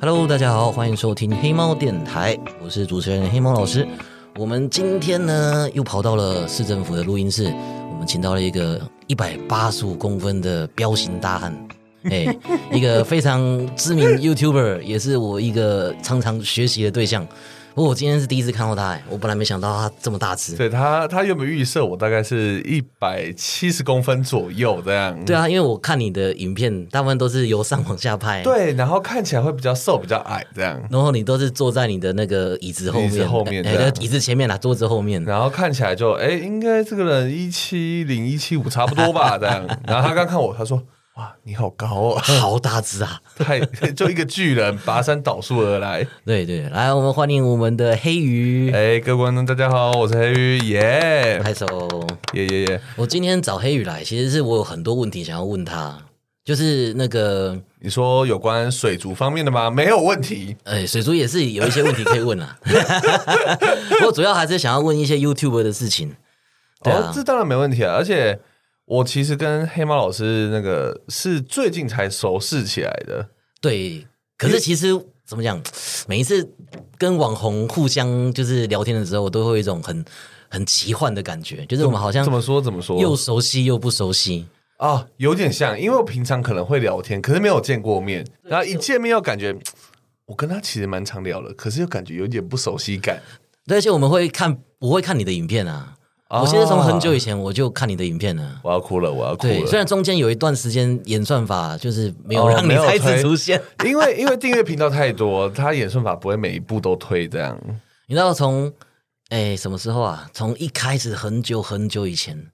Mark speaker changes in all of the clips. Speaker 1: Hello，大家好，欢迎收听黑猫电台，我是主持人黑猫老师。我们今天呢又跑到了市政府的录音室，我们请到了一个一百八十五公分的彪形大汉，哎， 一个非常知名 YouTuber，也是我一个常常学习的对象。不过我今天是第一次看到他，哎，我本来没想到他这么大只。
Speaker 2: 对他，他原本预设我大概是一百七十公分左右这样。
Speaker 1: 对啊，因为我看你的影片，大部分都是由上往下拍，
Speaker 2: 对然后看起来会比较瘦，比较矮这样，
Speaker 1: 然后你都是坐在你的那个椅子后面，
Speaker 2: 椅子后面
Speaker 1: 哎
Speaker 2: 对啊
Speaker 1: 哎椅子前面啦，桌子后面。
Speaker 2: 然后看起来就哎，应该这个人一七零一七五差不多吧这样。 然后他刚看我，他说：“哇，你好高哦，
Speaker 1: 好大只啊！
Speaker 2: 太 就一个巨人跋山倒树而来。
Speaker 1: 对对，来，我们欢迎我们的黑”鱼，
Speaker 2: 哎，各位观众大家好，我是黑鱼，耶
Speaker 1: 拍手。
Speaker 2: 耶耶耶！
Speaker 1: 我今天找黑鱼来，其实是我有很多问题想要问他，就是那个，
Speaker 2: 你说有关水族方面的吗？没有问题。
Speaker 1: 哎，水族也是有一些问题可以问 啦。不过主要还是想要问一些 YouTube 的事情。对啊
Speaker 2: 哦，这当然没问题啊！而且我其实跟黑猫老师那个是最近才熟识起来的，
Speaker 1: 对，可是其实怎么讲，每一次跟网红互相就是聊天的时候，我都会有一种很很奇幻的感觉，就是我们好像
Speaker 2: 怎么说怎么说
Speaker 1: 又熟悉又不熟悉。
Speaker 2: 啊、有点像，因为我平常可能会聊天，可是没有见过面，然后一见面又感觉。我跟他其实蛮常聊的，可是又感觉有点不熟悉感。
Speaker 1: 对，而且我们会看，我会看你的影片啊。
Speaker 2: 啊
Speaker 1: 我其实从很久以前我就看你的影片了。
Speaker 2: 我要哭了，我要哭
Speaker 1: 对，虽
Speaker 2: 了。
Speaker 1: 然中间有一段时间演算法就是没有
Speaker 2: 哦
Speaker 1: 让你
Speaker 2: 没有
Speaker 1: 再次
Speaker 2: 推
Speaker 1: 出现，
Speaker 2: 因为因为订阅频道太多，他演算法不会每一步都推这样。
Speaker 1: 你知道从哎什么时候啊？从一开始很久很久以前，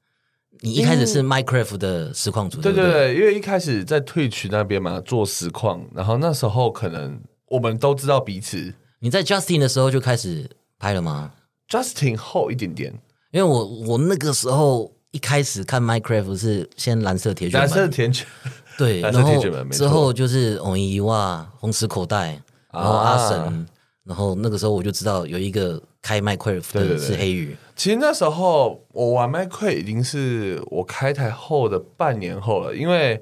Speaker 1: 你一开始是 Minecraft 的实况组，
Speaker 2: 嗯对
Speaker 1: 不
Speaker 2: 对对，因为一开始在退群那边嘛做实况，然后那时候可能我们都知道彼此，
Speaker 1: 你在 Justin 的时候就开始拍了吗？
Speaker 2: Justin 后一点点，
Speaker 1: 因为我我那个时候一开始看 Minecraft 是先蓝色铁卷
Speaker 2: 蓝色
Speaker 1: 门，
Speaker 2: 甜圈
Speaker 1: 对，
Speaker 2: 蓝
Speaker 1: 然
Speaker 2: 色
Speaker 1: 后
Speaker 2: 铁卷门没错
Speaker 1: 之
Speaker 2: 啊
Speaker 1: 后就是红衣袜、红石口袋，然后阿神，然后那个时候我就知道有一个开 Minecraft
Speaker 2: 对
Speaker 1: 的
Speaker 2: 对对
Speaker 1: 是黑鱼，
Speaker 2: 其实那时候我玩麦克已经是我开台后的半年后了，因为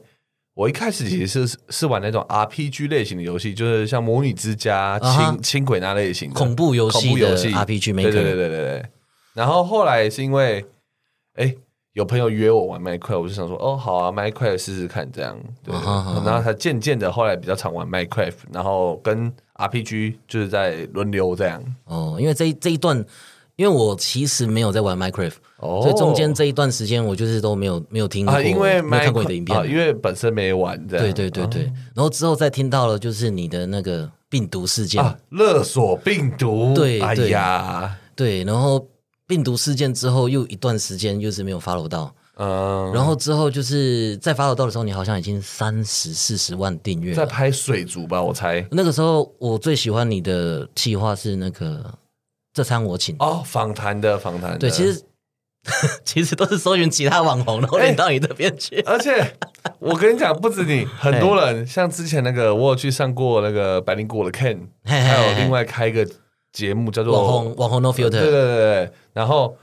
Speaker 2: 我一开始其实是是玩那种 RPG 类型的游戏，就是像《魔女之家》
Speaker 1: 啊哈
Speaker 2: 轻轻轨那类型的
Speaker 1: 恐怖游戏的
Speaker 2: 恐怖游戏
Speaker 1: RPG
Speaker 2: 对
Speaker 1: Maker
Speaker 2: 对对对对对。然后后来是因为，哎，有朋友约我玩麦克，我就想说，哦，好啊，麦克试试看这样。对，
Speaker 1: 啊哈啊哈
Speaker 2: 然后他渐渐的后来比较常玩麦克，然后跟 RPG 就是在轮流这样。
Speaker 1: 哦，因为这一这一段，因为我其实没有在玩 Minecraft，、
Speaker 2: 哦
Speaker 1: 所以中间这一段时间我就是都没有没有听过，
Speaker 2: 啊，因为
Speaker 1: 没有看过
Speaker 2: Minecraft-
Speaker 1: 你的影片，
Speaker 2: 啊，因为啊本身没玩这样，
Speaker 1: 对对对对，然后之后再听到了就是你的那个病毒事件，
Speaker 2: 啊，勒索病毒，
Speaker 1: 对
Speaker 2: 哎
Speaker 1: 对
Speaker 2: 呀，
Speaker 1: 对，然后病毒事件之后又一段时间又是没有 follow 到，
Speaker 2: 嗯，
Speaker 1: 然后之后就是在 follow 到的时候，你好像已经三十四十万订阅
Speaker 2: 在
Speaker 1: 了。
Speaker 2: 拍水族吧，我猜
Speaker 1: 那个时候我最喜欢你的企划是那个这餐我请，
Speaker 2: 哦，访谈的访谈的，
Speaker 1: 对，其实 其实都是搜寻其他网红，然后
Speaker 2: 哎
Speaker 1: 连到你这边去。
Speaker 2: 而且我跟你讲，不止你，很多人像之前那个，我有去上过那个百灵果的 Ken，
Speaker 1: 嘿嘿嘿
Speaker 2: 还有另外开一个节目叫做
Speaker 1: 网红网红 no
Speaker 2: 对对
Speaker 1: filter，
Speaker 2: 对对，然后。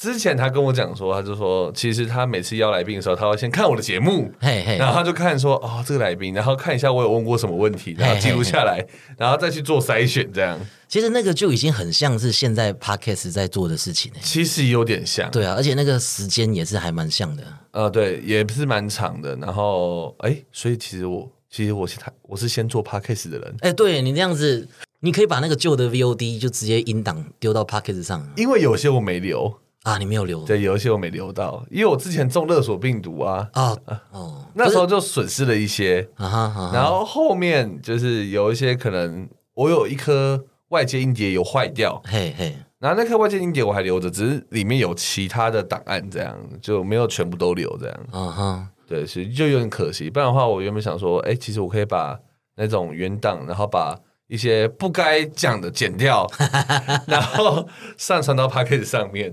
Speaker 2: 之前他跟我讲说，他就说，其实他每次邀来宾的时候，他会先看我的节目，
Speaker 1: 嘿嘿
Speaker 2: 然，后他就看说哦，这个来宾，然后看一下我有问过什么问题，然后记录下来，然后再去做筛选，这样
Speaker 1: 其实那个就已经很像是现在 podcast 在做的事情欸
Speaker 2: 其实有点像，
Speaker 1: 对啊，而且那个时间也是还蛮像的。
Speaker 2: 呃，对，也是蛮长的。然后哎，所以其实我其实我是他，我是先做 podcast 的人，
Speaker 1: 哎，对你这样子，你可以把那个旧的 VOD 就直接音档丢到 Pocket 上啊
Speaker 2: 因为有些我没留，
Speaker 1: 啊，你没有留
Speaker 2: 对，有一些我没留到，因为我之前中勒索病毒啊，
Speaker 1: 啊哦，
Speaker 2: 那时候就损失了一些，
Speaker 1: 啊哈啊哈，
Speaker 2: 然后后面就是有一些可能我有一颗外接硬碟有坏掉，
Speaker 1: 嘿嘿，
Speaker 2: 然后那颗外接硬碟我还留着，只是里面有其他的档案，这样就没有全部都留这样。
Speaker 1: 啊哈，
Speaker 2: 对，所以就有点可惜。不然的话，我原本想说，哎，其实我可以把那种原档，然后把一些不该讲的剪掉， 然后上传到 p a c k a g e 上面。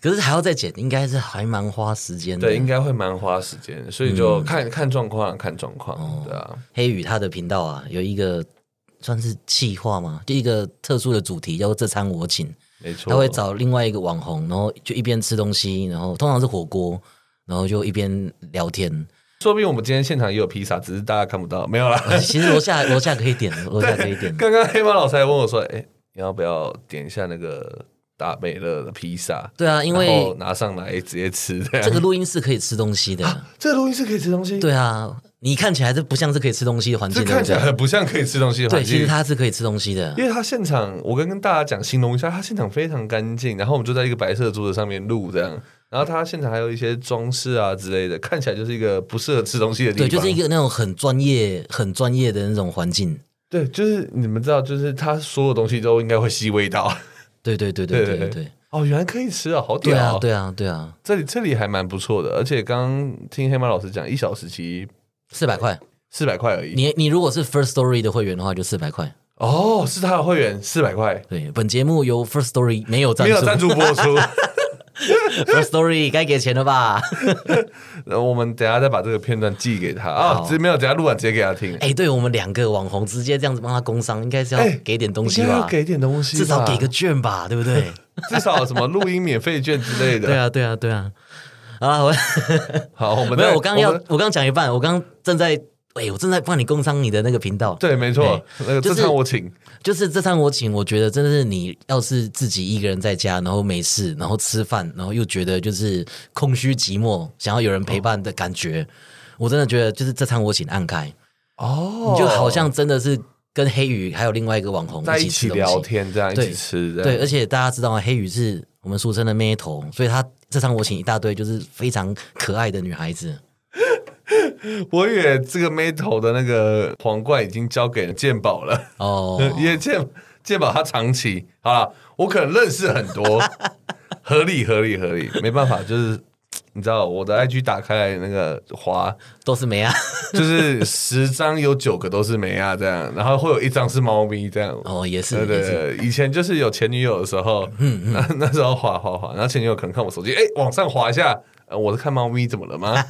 Speaker 1: 可是还要再剪，应该是还蛮花时间的。
Speaker 2: 对，应该会蛮花时间，所以就看、看状况，看状况。对啊，
Speaker 1: 黑羽他的频道啊，有一个算是企划嘛，就一个特殊的主题叫做“这餐我请”，
Speaker 2: 没
Speaker 1: 哦
Speaker 2: 错。
Speaker 1: 他会找另外一个网 红，然后就一边吃东西，然后通常是火锅，然后就一边聊天。
Speaker 2: 说不定我们今天现场也有披萨，只是大家看不到，没有啦。
Speaker 1: 其实楼下楼下可以点，楼下可以点。
Speaker 2: 刚刚黑猫老师还问我说：“哎、你要不要点一下那个达美乐的披萨？”
Speaker 1: 对啊，因为
Speaker 2: 然后拿上来直接吃这样。
Speaker 1: 这个录音室可以吃东西 的。
Speaker 2: 这个录音是可以吃东西，，
Speaker 1: 对啊，你看起来这不像是可以吃东西的环
Speaker 2: 这
Speaker 1: 境，对
Speaker 2: 看
Speaker 1: 不
Speaker 2: 起来
Speaker 1: 对？
Speaker 2: 很不像可以吃东西的环
Speaker 1: 对，
Speaker 2: 境。
Speaker 1: 其实它是可以吃东西的。
Speaker 2: 因为他现场，我跟跟大家讲形容一下，他现场非常干净，然后我们就在一个白色的桌子上面录这样，然后他现场还有一些装饰啊之类的，看起来就是一个不适合吃东西的地方。
Speaker 1: 对，就是一个那种很专业、很专业的那种环境。
Speaker 2: 对，就是你们知道，就是他所有东西都应该会吸味道。
Speaker 1: 对对对对对
Speaker 2: 对
Speaker 1: 对
Speaker 2: 对对
Speaker 1: 对
Speaker 2: 哦，原来可以吃啊，好
Speaker 1: 对
Speaker 2: 屌、
Speaker 1: 啊
Speaker 2: 哦！
Speaker 1: 对啊对啊，
Speaker 2: 这里这里还蛮不错的，而且刚听黑猫老师讲，一小时其实
Speaker 1: 四百块。
Speaker 2: 四百块而已。
Speaker 1: 你你如果是 First Story 的会员的话，就四百块。
Speaker 2: 哦，是他的会员四百块，
Speaker 1: 对，本节目由 First Story 没有赞
Speaker 2: 没
Speaker 1: 助
Speaker 2: 有赞助播出。
Speaker 1: ，First Story 该给钱了吧？
Speaker 2: 呃我们等一下再把这个片段寄给他啊，
Speaker 1: 好
Speaker 2: 直没有，等一下录完直接给他听。
Speaker 1: 哎，对我们两个网红直接这样子帮他工商，应该是
Speaker 2: 哎
Speaker 1: 要给点东西
Speaker 2: 应该要
Speaker 1: 吧？
Speaker 2: 给点东西吧，
Speaker 1: 至少给个券吧，对不对？
Speaker 2: 至少什么录音免费券之类 的。
Speaker 1: 对啊对啊对啊。啊，我
Speaker 2: 好，我们
Speaker 1: 没有，
Speaker 2: 再
Speaker 1: 我刚要，
Speaker 2: 们
Speaker 1: 我刚讲一半，我刚正在，哎，我正在帮你工商你的那个频道。
Speaker 2: 对，没错，那个
Speaker 1: 哎就
Speaker 2: 这
Speaker 1: 是
Speaker 2: 场我请，
Speaker 1: 就是这餐我请，我觉得真的是你要是自己一个人在家，然后没事，然后吃饭，然后又觉得就是空虚寂寞，想要有人陪伴的感觉，我真的觉得就是这餐我请按开，
Speaker 2: 哦
Speaker 1: 你就好像真的是跟黑鱼还有另外一个网红
Speaker 2: 在
Speaker 1: 一
Speaker 2: 一
Speaker 1: 起吃
Speaker 2: 起
Speaker 1: 东西
Speaker 2: 聊。天，这样一
Speaker 1: 对
Speaker 2: 起吃，这样
Speaker 1: 对，而且大家知道吗黑鱼是我们俗称的妹头，所以他这餐我请一大堆就是非常可爱的女孩子。
Speaker 2: 我以为这个妹头的那个皇冠已经交给鉴宝了，
Speaker 1: 哦，
Speaker 2: 因为鉴鉴宝他长期好了，我可能认识很多，合理合理合理，没办法，就是你知道我的 IG 打开来那个滑，
Speaker 1: 都是美啊！
Speaker 2: 就是十张有九个都是美亚这样，然后会有一张是猫咪这样。
Speaker 1: 哦，也是，
Speaker 2: 对
Speaker 1: 也
Speaker 2: 对
Speaker 1: 是，
Speaker 2: 对，以前就是有前女友的时候，嗯那 那时候滑滑滑，然后前女友可能看我手机，哎，往上滑一下，呃，我是看猫咪怎么 了吗？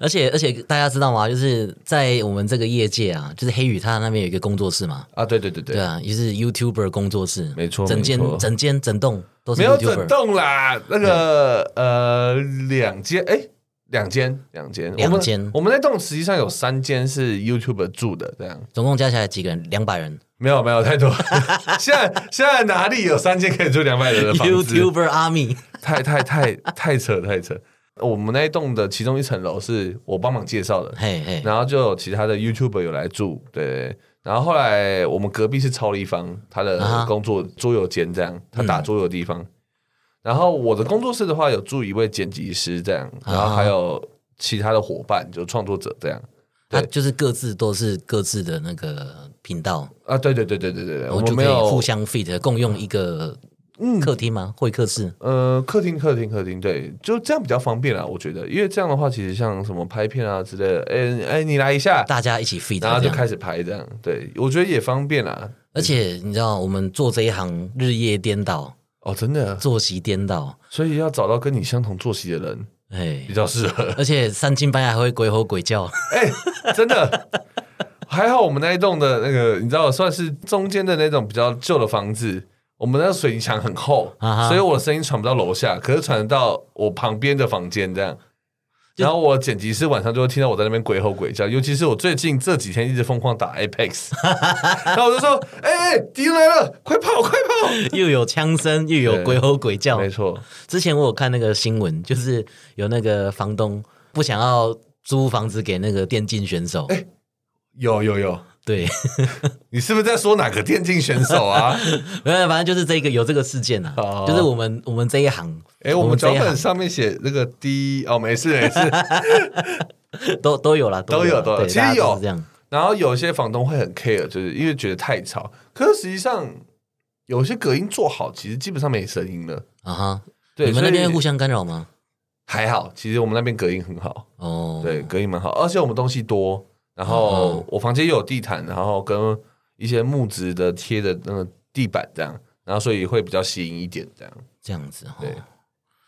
Speaker 1: 而且而且大家知道吗？就是在我们这个业界啊，就是黑羽他那边有一个工作室嘛，
Speaker 2: 啊，对对对对
Speaker 1: 对，啊，就是 YouTuber 工作室，
Speaker 2: 没错
Speaker 1: 整间
Speaker 2: 没错
Speaker 1: 整间整栋都是
Speaker 2: 没有整
Speaker 1: YouTuber，
Speaker 2: 栋啦，那个呃两间，哎、两间两间
Speaker 1: 两间
Speaker 2: 我们我们那栋实际上有三间是 YouTube 住的，这样
Speaker 1: 总共加起来几个人？两百人
Speaker 2: 没有没有太多。 现在现在哪里有三间可以住两百人的房子
Speaker 1: ，YouTuber Army，
Speaker 2: 太太太太扯太扯。我们那一栋的其中一层楼是我帮忙介绍的，
Speaker 1: 嘿嘿，
Speaker 2: 然后就有其他的 YouTuber 有来住，对。然后后来我们隔壁是超立方，他
Speaker 1: 啊
Speaker 2: 的
Speaker 1: 哈嗯
Speaker 2: 工作桌游间这样，他打桌游的地方。然后我的工作室的话，有住一位剪辑师这样，然
Speaker 1: 啊
Speaker 2: 后还有其他的伙伴，就创作者这样。
Speaker 1: 他
Speaker 2: 对
Speaker 1: 就是各自都是各自的那个频道，
Speaker 2: 啊，对对对对对对对，
Speaker 1: 然
Speaker 2: 我
Speaker 1: 后哦就可
Speaker 2: 们没
Speaker 1: 以
Speaker 2: 有嗯
Speaker 1: 互相 fit 共用一个客厅吗？会客室？
Speaker 2: 呃，客厅、客厅、客厅，对，就这样比较方便啦，我觉得，因为这样的话，其实像什么拍片啊之类的，哎哎，你来一下，
Speaker 1: 大家一起 fit，
Speaker 2: 然后
Speaker 1: 这
Speaker 2: 就
Speaker 1: 样
Speaker 2: 开始拍这样，对我觉得也方便啦。
Speaker 1: 而且你知道，我们做这一行日夜颠倒，
Speaker 2: 哦，真的，
Speaker 1: 作息颠倒，
Speaker 2: 所以要找到跟你相同作息的人
Speaker 1: 哎
Speaker 2: 比，较适合。
Speaker 1: 而且三更半夜还会鬼吼鬼叫。
Speaker 2: 哎、真的，还好我们那一栋的那个，你知道，算是中间的那种比较旧的房子，我们那个水泥墙很厚，
Speaker 1: 啊哈
Speaker 2: 所以我的声音传不到楼下，可是传得到我旁边的房间这样。
Speaker 1: 就
Speaker 2: 然后我剪辑师晚上就会听到我在那边鬼吼鬼叫，尤其是我最近这几天一直疯狂打 Apex，然 后我就说：“哎、哎、敌人来了，快跑，快跑
Speaker 1: 又有枪声，又有鬼吼鬼！”叫
Speaker 2: 没。错，
Speaker 1: 之前我有看那个新闻，就是有那个房东不想要租房子给那个电竞选手，
Speaker 2: 哎有有有，
Speaker 1: 对，
Speaker 2: 你是不是在说哪个电竞选手啊？
Speaker 1: 没有，反正就是这个有这个事件啊，
Speaker 2: 哦
Speaker 1: 就是我们我们这一行，
Speaker 2: 哎、我们
Speaker 1: 这
Speaker 2: 脚
Speaker 1: 一
Speaker 2: 本
Speaker 1: 行
Speaker 2: 上面写那个 D 哦，没事 没事。
Speaker 1: 都都有啦，
Speaker 2: 都有
Speaker 1: 啦
Speaker 2: 都有
Speaker 1: 对
Speaker 2: 其实
Speaker 1: 大家都
Speaker 2: 有
Speaker 1: 是这样，
Speaker 2: 然后有些房东会很 care，就是因为觉得太吵。可是实际上，有些隔音做好，其实基本上没声音了。
Speaker 1: 啊哈，
Speaker 2: 对，
Speaker 1: 你们那边互
Speaker 2: 相
Speaker 1: 相干扰吗？
Speaker 2: 还好，其实我们那边隔音很好，
Speaker 1: 哦，
Speaker 2: 对，，隔音蛮好，而且我们东西多。然后我房间也有地毯，然后跟一些木质的贴的那个地板这样，然后所以会比较吸引一点这样。
Speaker 1: 这样子啊哈。
Speaker 2: 对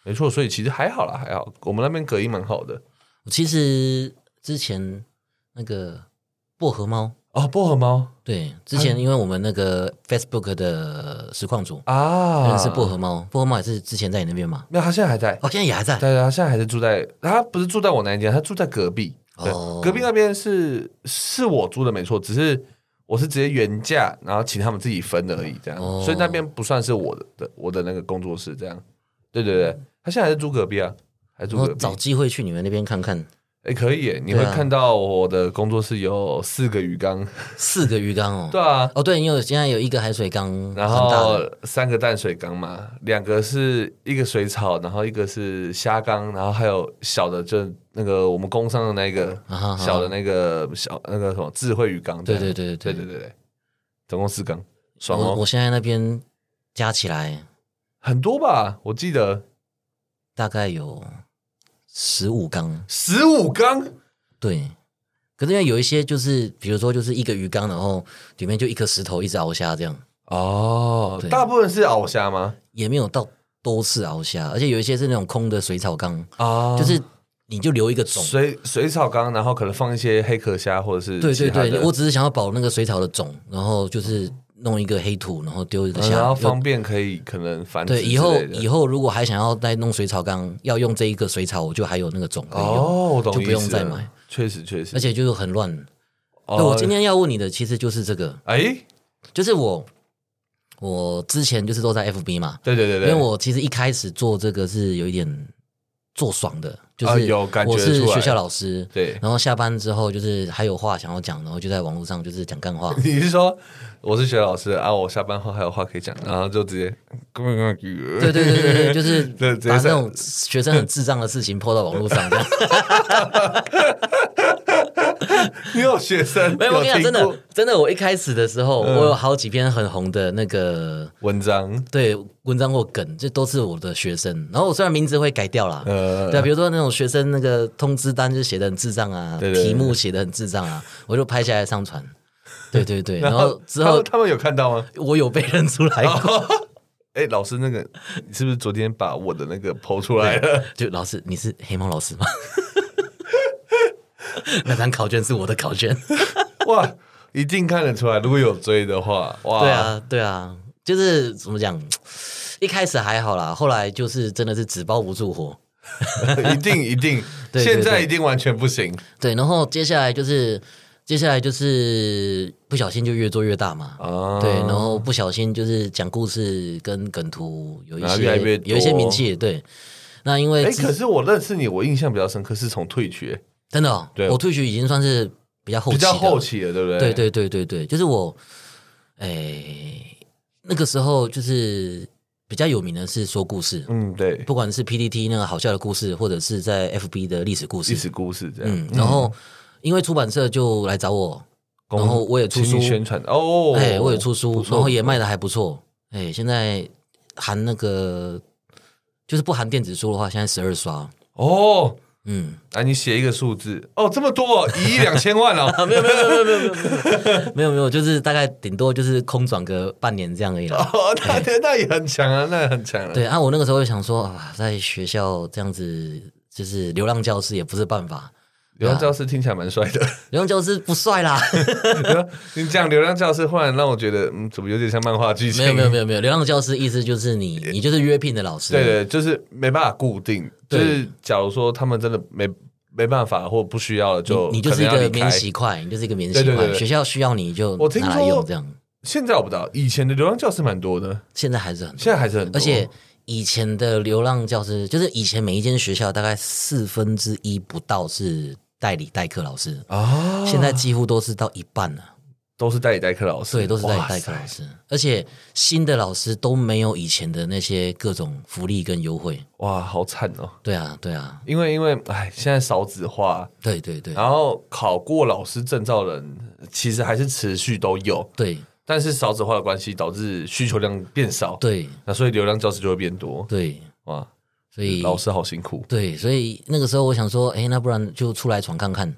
Speaker 2: 没错，所以其实还好啦，还好，我们那边隔音蛮好的。
Speaker 1: 我其实之前那个薄荷猫，
Speaker 2: 哦，薄荷猫
Speaker 1: 对，之前因为我们那个 Facebook 的实况组认
Speaker 2: 啊，
Speaker 1: 识薄荷猫，薄荷猫也是之前在你那边嘛，
Speaker 2: 没有，他现在还在。
Speaker 1: 哦，现在也还在。
Speaker 2: 对，他现在还是住在，他不是住在我那一间，他住在隔壁。对，
Speaker 1: 哦
Speaker 2: 隔壁那边是是我租的，没错，只是我是直接原价，然后请他们自己分而已，这样，
Speaker 1: 哦
Speaker 2: 所以那边不算是我的的我的那个工作室，这样。对对对，他现在还是住隔壁啊，还住
Speaker 1: 然后
Speaker 2: 隔壁
Speaker 1: 找。机会去你们那边看看，
Speaker 2: 哎、可以耶，你会
Speaker 1: 对啊
Speaker 2: 看到我的工作室有四个鱼缸，
Speaker 1: 四个鱼缸哦。
Speaker 2: 对啊，
Speaker 1: 哦，对，因为我现在有一个海水缸，
Speaker 2: 然
Speaker 1: 很大的
Speaker 2: 后三个淡水缸嘛，两个是一个水草，然后一个是虾缸，然后还有小的就那个我们工商的那个
Speaker 1: 啊哈啊哈
Speaker 2: 小的那个小那个什么智慧鱼缸，
Speaker 1: 对
Speaker 2: 这样
Speaker 1: 对对对
Speaker 2: 对对对对，总共四缸，爽
Speaker 1: 我
Speaker 2: 哦
Speaker 1: 我，现在那边加起来
Speaker 2: 很多吧？我记得
Speaker 1: 大概有十五缸，
Speaker 2: 十五缸，
Speaker 1: 对。可是因为有一些就是，比如说就是一个鱼缸，然后里面就一颗石头，一直熬虾这样，
Speaker 2: 哦
Speaker 1: 对
Speaker 2: 大部分是鳌虾吗？
Speaker 1: 也没有到都是熬虾，而且有一些是那种空的水草缸，
Speaker 2: 啊
Speaker 1: 就是你就留一个种。
Speaker 2: 水水草缸，然后可能放一些黑壳虾或者是
Speaker 1: 对
Speaker 2: 其
Speaker 1: 对
Speaker 2: 他的
Speaker 1: 对，我只是想要保那个水草的种，然后就是弄一个黑土，然后丢一个
Speaker 2: 嗯然
Speaker 1: 虾
Speaker 2: 后。方便可以可能繁殖
Speaker 1: 对，以后
Speaker 2: 之类的
Speaker 1: 以后如果还想要再弄水草缸，要用这一个水草，我就还有那个种可以用，
Speaker 2: 哦，我懂
Speaker 1: 就
Speaker 2: 意
Speaker 1: 不用
Speaker 2: 思
Speaker 1: 再
Speaker 2: 了
Speaker 1: 买，
Speaker 2: 确实确实，
Speaker 1: 而且就是很乱。
Speaker 2: 哦
Speaker 1: 对我今天要问你的其实就是这个，
Speaker 2: 哎，
Speaker 1: 就是我我之前就是都在 FB 嘛，
Speaker 2: 对对对
Speaker 1: 因
Speaker 2: 对，
Speaker 1: 为我其实一开始做这个是有一点做爽的，就
Speaker 2: 啊
Speaker 1: 是
Speaker 2: 有感觉
Speaker 1: 我是
Speaker 2: 出来
Speaker 1: 学校老师，
Speaker 2: 对，
Speaker 1: 然后下班之后就是还有话想要讲，然后就在网络上就是讲干话
Speaker 2: 你是说我是学老师啊？我下班后还有话可以讲，然后就直接对
Speaker 1: 对对对对对，就是
Speaker 2: 对直接
Speaker 1: 把那
Speaker 2: 在
Speaker 1: 种学生很智障的事情泼到网络 上，这样
Speaker 2: 你有学生
Speaker 1: 没有我跟你讲，真
Speaker 2: 听过嗯
Speaker 1: 的真的，我一开始的时候，我有好几篇很红的那个。
Speaker 2: 文章
Speaker 1: 对文章或梗，这都是我的学生。然后我虽然名字会改掉啦，
Speaker 2: 呃
Speaker 1: 对啊，比如说那种学生那个通知单就写的很智障啊，
Speaker 2: 对对对
Speaker 1: 题目写的很智障啊，我就拍下来上传。对对 对，然后之
Speaker 2: 他
Speaker 1: 后
Speaker 2: 们他们有看到吗？
Speaker 1: 我有被认出来 过，
Speaker 2: 哎，老师，那个你是不是昨天把我的那个剖出来 了？
Speaker 1: 就老师你是黑猫老师吗？ 那张考卷是我的考卷，
Speaker 2: 哇，一定看得出来。如果有追的话，哇，
Speaker 1: 对，啊对啊，就是怎么讲，一开始还好啦，后来就是真的是纸包不住火。
Speaker 2: 一定一定，
Speaker 1: 对对
Speaker 2: 现在
Speaker 1: 对
Speaker 2: 一定完全不行。
Speaker 1: 对，然后接下来就是接下来就是不小心就越做越大嘛，
Speaker 2: 啊
Speaker 1: 对，然后不小心就是讲故事跟梗图有一
Speaker 2: 然后
Speaker 1: 些
Speaker 2: 啊越来越多
Speaker 1: 有一些名气，对。那因为
Speaker 2: 哎，
Speaker 1: 自
Speaker 2: 可是我认识你，我印象比较深刻是从退学
Speaker 1: 真的哦、
Speaker 2: 对
Speaker 1: 我退学已经算是比较后
Speaker 2: 比
Speaker 1: 期的
Speaker 2: 较后期了，对不对？
Speaker 1: 对对对对对，就是我，哎、那个时候就是比较有名的是说故事，
Speaker 2: 嗯，对，
Speaker 1: 不管是 PPT 那个好笑的故事，或者是在 FB 的历史故
Speaker 2: 历
Speaker 1: 事，
Speaker 2: 史故事这样。
Speaker 1: 嗯，然后因为出版社就来找我，然后我也出
Speaker 2: 请
Speaker 1: 书
Speaker 2: 你，宣传哦，
Speaker 1: 哎、我也出书
Speaker 2: 不，错
Speaker 1: 然后也卖的还不错。哎、现在含那个就是不含电子书的话，现在十二刷。
Speaker 2: 哦。
Speaker 1: 嗯，
Speaker 2: 啊，你写一个数字哦，这么多哦，一亿两千万哦，
Speaker 1: 没有没有没有没有没有没有没有，就是大概顶多就是空转个半年这样而已啦。
Speaker 2: 哦，那那也很强啊，那也很强啊。
Speaker 1: 对啊，我那个时候就想说啊，在学校这样子就是流浪教师也不是办法，
Speaker 2: 流浪教师听起来蛮帅的，
Speaker 1: 流浪教师不帅啦。
Speaker 2: 你讲流浪教师，忽然让我觉得，嗯，怎么有点像漫画剧情？
Speaker 1: 没有没有没有没有，流浪教师意思就是你你就是约聘的老师。
Speaker 2: 对对，就是没办法固定，就
Speaker 1: 对
Speaker 2: 是假如说他们真的没没办法或不需要了，就
Speaker 1: 你就是一
Speaker 2: 可能
Speaker 1: 个
Speaker 2: 要离开
Speaker 1: 免。洗块，你就是一个免洗
Speaker 2: 对对对
Speaker 1: 块，
Speaker 2: 对
Speaker 1: 学校需要你就
Speaker 2: 我听
Speaker 1: 拿来
Speaker 2: 说
Speaker 1: 用这样。
Speaker 2: 现在我不知道，以前的流浪教师蛮多的，
Speaker 1: 现在还是很多，
Speaker 2: 现在还是很哦多，
Speaker 1: 而且以前的流浪教师，就是以前每一间学校大概四分之一不到是代理代课老师，
Speaker 2: 啊，
Speaker 1: 现在几乎都是到一半了，
Speaker 2: 都是代理代课老师，
Speaker 1: 对，都是代理代课
Speaker 2: 哇
Speaker 1: 老
Speaker 2: 塞
Speaker 1: 师，而且新的老师都没有以前的那些各种福利跟优惠，
Speaker 2: 哇，好惨哦。
Speaker 1: 对啊，对啊，
Speaker 2: 因为因为哎，现在少子化，
Speaker 1: 对对对，
Speaker 2: 然后考过老师证照的人其实还是持续都有，
Speaker 1: 对
Speaker 2: 但是少子化的关系导致需求量变少，，
Speaker 1: 对
Speaker 2: 那所以流量教师就会变多，
Speaker 1: 对，
Speaker 2: 哇，
Speaker 1: 所以
Speaker 2: 老师好辛苦
Speaker 1: 对，所以那个时候我想说，哎，那不然就出来闯看看。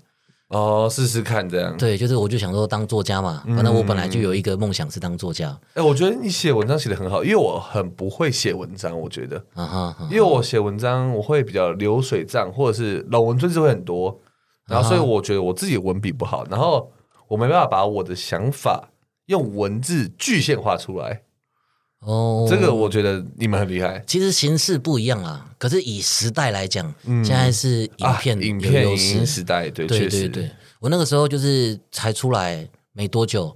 Speaker 2: 哦，试试看这样。
Speaker 1: 对，就是我就想说当作家嘛，反正我本来就
Speaker 2: 嗯
Speaker 1: 有一个梦想是当作家，
Speaker 2: 哎，我觉得你写文章写的很好，因为我很不会写文章，我觉得，
Speaker 1: 啊哈，啊
Speaker 2: 因为我写文章我会比较流
Speaker 1: 啊
Speaker 2: 水账，或者是老文赘字会很多，然后所以我觉得我自己文笔不好，然后我没办法把我的想法用文字具现化出来。
Speaker 1: 哦，
Speaker 2: 这个我觉得你们很厉害。
Speaker 1: 其实形式不一样啦，可是以时代来讲，现在是影片、
Speaker 2: 嗯啊、影
Speaker 1: 有
Speaker 2: 片
Speaker 1: 优
Speaker 2: 影
Speaker 1: 势
Speaker 2: 音。时代，对，
Speaker 1: 对
Speaker 2: 确
Speaker 1: 对
Speaker 2: 实，
Speaker 1: 对，我那个时候就是才出来没多久，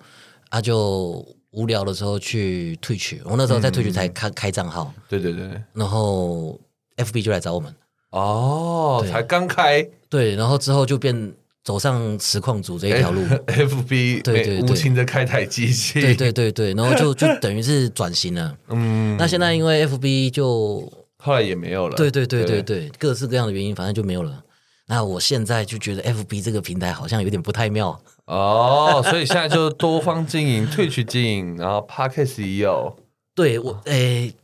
Speaker 1: 啊，就无聊的时候去退取，我那时候在退
Speaker 2: 嗯
Speaker 1: 取才开、开账号，
Speaker 2: 对对对，
Speaker 1: 然后 FB 就来找我们，
Speaker 2: 哦，
Speaker 1: 对
Speaker 2: 才刚开
Speaker 1: 对，然后之后就变走上实况组
Speaker 2: 哎
Speaker 1: 这一 条路。
Speaker 2: FB，
Speaker 1: 对对对
Speaker 2: 哎无情的开台机器，
Speaker 1: 对对对对，然后就就等于是转型了。
Speaker 2: 嗯，
Speaker 1: 那现在因为 FB 就
Speaker 2: 后来也没有了，
Speaker 1: 对对对对对，各式各样的原因，反正就没有了。那我现在就觉得 FB 这个平台好像有点不太妙，
Speaker 2: 哦，所以现在就多方经营，退去经营，然后 Podcast 也有，
Speaker 1: 对我诶、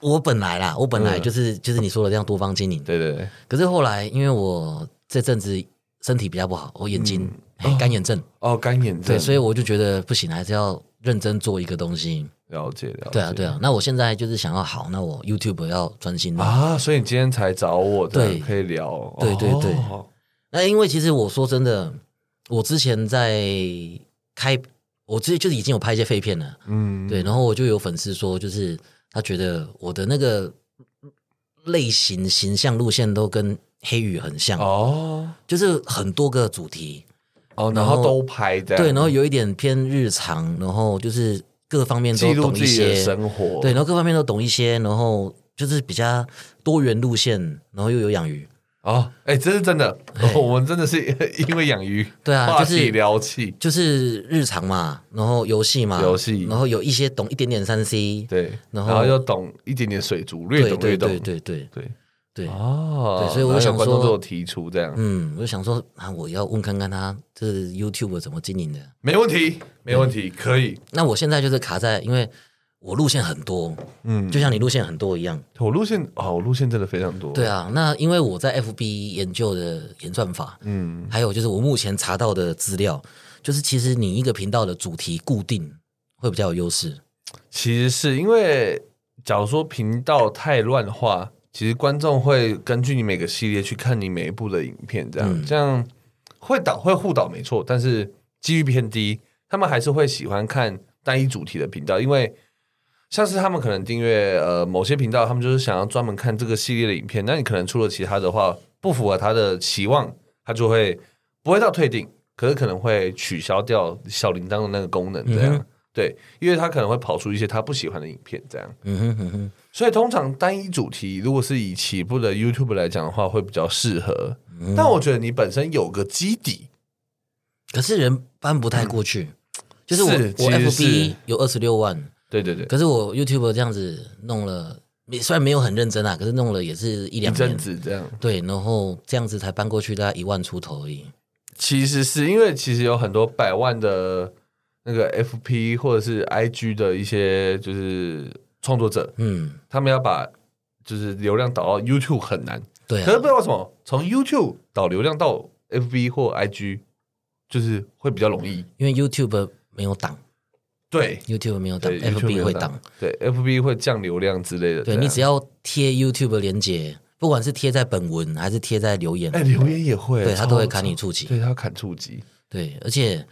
Speaker 1: 我本来啦，我本来
Speaker 2: 啊嗯
Speaker 1: 就是、就是你说的这样多方经营，
Speaker 2: 对对对，
Speaker 1: 可是后来因为我这阵子身体比较不好，我眼睛、嘿干眼症，
Speaker 2: 哦，干眼症，
Speaker 1: 对，所以我就觉得不行，还是要认真做一个东西。
Speaker 2: 了解了解，
Speaker 1: 对啊，对啊。那我现在就是想要好，那我 YouTube 要专心弄。
Speaker 2: 啊，所以你今天才找我，
Speaker 1: 对
Speaker 2: 对，可以聊，
Speaker 1: 对对对
Speaker 2: 哦
Speaker 1: 那因为其实我说真的，我之前在开，我之前就是已经有拍一些废片了，
Speaker 2: 嗯，
Speaker 1: 对，然后我就有粉丝说，就是他觉得我的那个类型、形象、路线都跟黑羽很像，
Speaker 2: 哦
Speaker 1: 就是很多个主题，
Speaker 2: 哦，
Speaker 1: 然
Speaker 2: 然
Speaker 1: 后
Speaker 2: 后都拍的，
Speaker 1: 对，然后有一点偏日常，然后就是各方面
Speaker 2: 记
Speaker 1: 都
Speaker 2: 录
Speaker 1: 懂一
Speaker 2: 自己的
Speaker 1: 些，
Speaker 2: 生活，
Speaker 1: 对，然后各方面都懂一些，然后就是比较多元路线，然后又有养鱼，
Speaker 2: 哦，哎、这是真的，
Speaker 1: 哎
Speaker 2: 我们真的是因为养鱼，
Speaker 1: 对啊
Speaker 2: 话
Speaker 1: 就是
Speaker 2: 题聊起，
Speaker 1: 就是日常嘛，然后游戏嘛，
Speaker 2: 游戏
Speaker 1: 然后有一些懂一点点三 C，
Speaker 2: 对，
Speaker 1: 然
Speaker 2: 然
Speaker 1: 后
Speaker 2: 后又懂一点点水族，略
Speaker 1: 对
Speaker 2: 懂
Speaker 1: 对
Speaker 2: 略懂，
Speaker 1: 对对对
Speaker 2: 对
Speaker 1: 对，
Speaker 2: 哦，
Speaker 1: 对所以我
Speaker 2: 然后有
Speaker 1: 想
Speaker 2: 观众
Speaker 1: 说
Speaker 2: 都有提出这样，
Speaker 1: 嗯，我就想说啊，我要问看看他这 YouTube 怎么经营的。
Speaker 2: 没问题，没问
Speaker 1: 嗯
Speaker 2: 题，可以，
Speaker 1: 那我现在就是卡在，因为我路线很多，
Speaker 2: 嗯，
Speaker 1: 就像你路线很多一样。
Speaker 2: 我路线哦，我路线真的非常多，
Speaker 1: 对，啊，那因为我在 FB 研究的演算法，
Speaker 2: 嗯，
Speaker 1: 还有就是我目前查到的资料，就是其实你一个频道的主题固定会比较有优势。
Speaker 2: 其实是因为假如说频道太乱的话，其实观众会根据你每个系列去看你每一部的影片，这样、
Speaker 1: 嗯
Speaker 2: 这样会导会互导没错，但是几率偏低，他们还是会喜欢看单一主题的频道，因为。像是他们可能订阅呃某些频道，他们就是想要专门看这个系列的影片。那你可能出了其他的话，不符合他的期望，他就会不会到退订，可是可能会取消掉小铃铛的那个功能，这样、
Speaker 1: 嗯哼
Speaker 2: 对，因为他可能会跑出一些他不喜欢的影片，这样。
Speaker 1: 嗯哼嗯哼，
Speaker 2: 所以通常单一主题，如果是以起步的 YouTube 来讲的话，会比较适合。但我觉得你本身有个基底，
Speaker 1: 可是人搬不太过去，就是我
Speaker 2: 嗯是
Speaker 1: 我
Speaker 2: 其实是
Speaker 1: FB 有二十六万，
Speaker 2: 对对对，
Speaker 1: 可是我 YouTube 这样子弄了，没虽然没有很认真啊，可是弄了也是一
Speaker 2: 一
Speaker 1: 两
Speaker 2: 阵
Speaker 1: 年。
Speaker 2: 子这样。
Speaker 1: 对，然后这样子才搬过去，大概一万出头而已。
Speaker 2: 其实是因为其实有很多百万的那个 FP 或者是 IG 的一些就是创作者，
Speaker 1: 嗯，
Speaker 2: 他们要把就是流量导到 YouTube 很难，
Speaker 1: 对
Speaker 2: 可是不知
Speaker 1: 啊，
Speaker 2: 道为什么从 YouTube 导流量到 FB 或 IG 就是会比较容易。
Speaker 1: 因为 YouTube 没有档
Speaker 2: 对，
Speaker 1: ，YouTube 没有档
Speaker 2: 对 YouTube 没
Speaker 1: ，FB
Speaker 2: 有
Speaker 1: 会
Speaker 2: 档
Speaker 1: 档。
Speaker 2: 对，FB 会降流量之类的。啊
Speaker 1: 对
Speaker 2: 这样
Speaker 1: 你只要贴 YouTube 连接，不管是贴在本文还是贴在留言，
Speaker 2: 哎留言也会，
Speaker 1: 对他
Speaker 2: 超
Speaker 1: 都会砍你触及
Speaker 2: 对他砍触及。
Speaker 1: 对，而且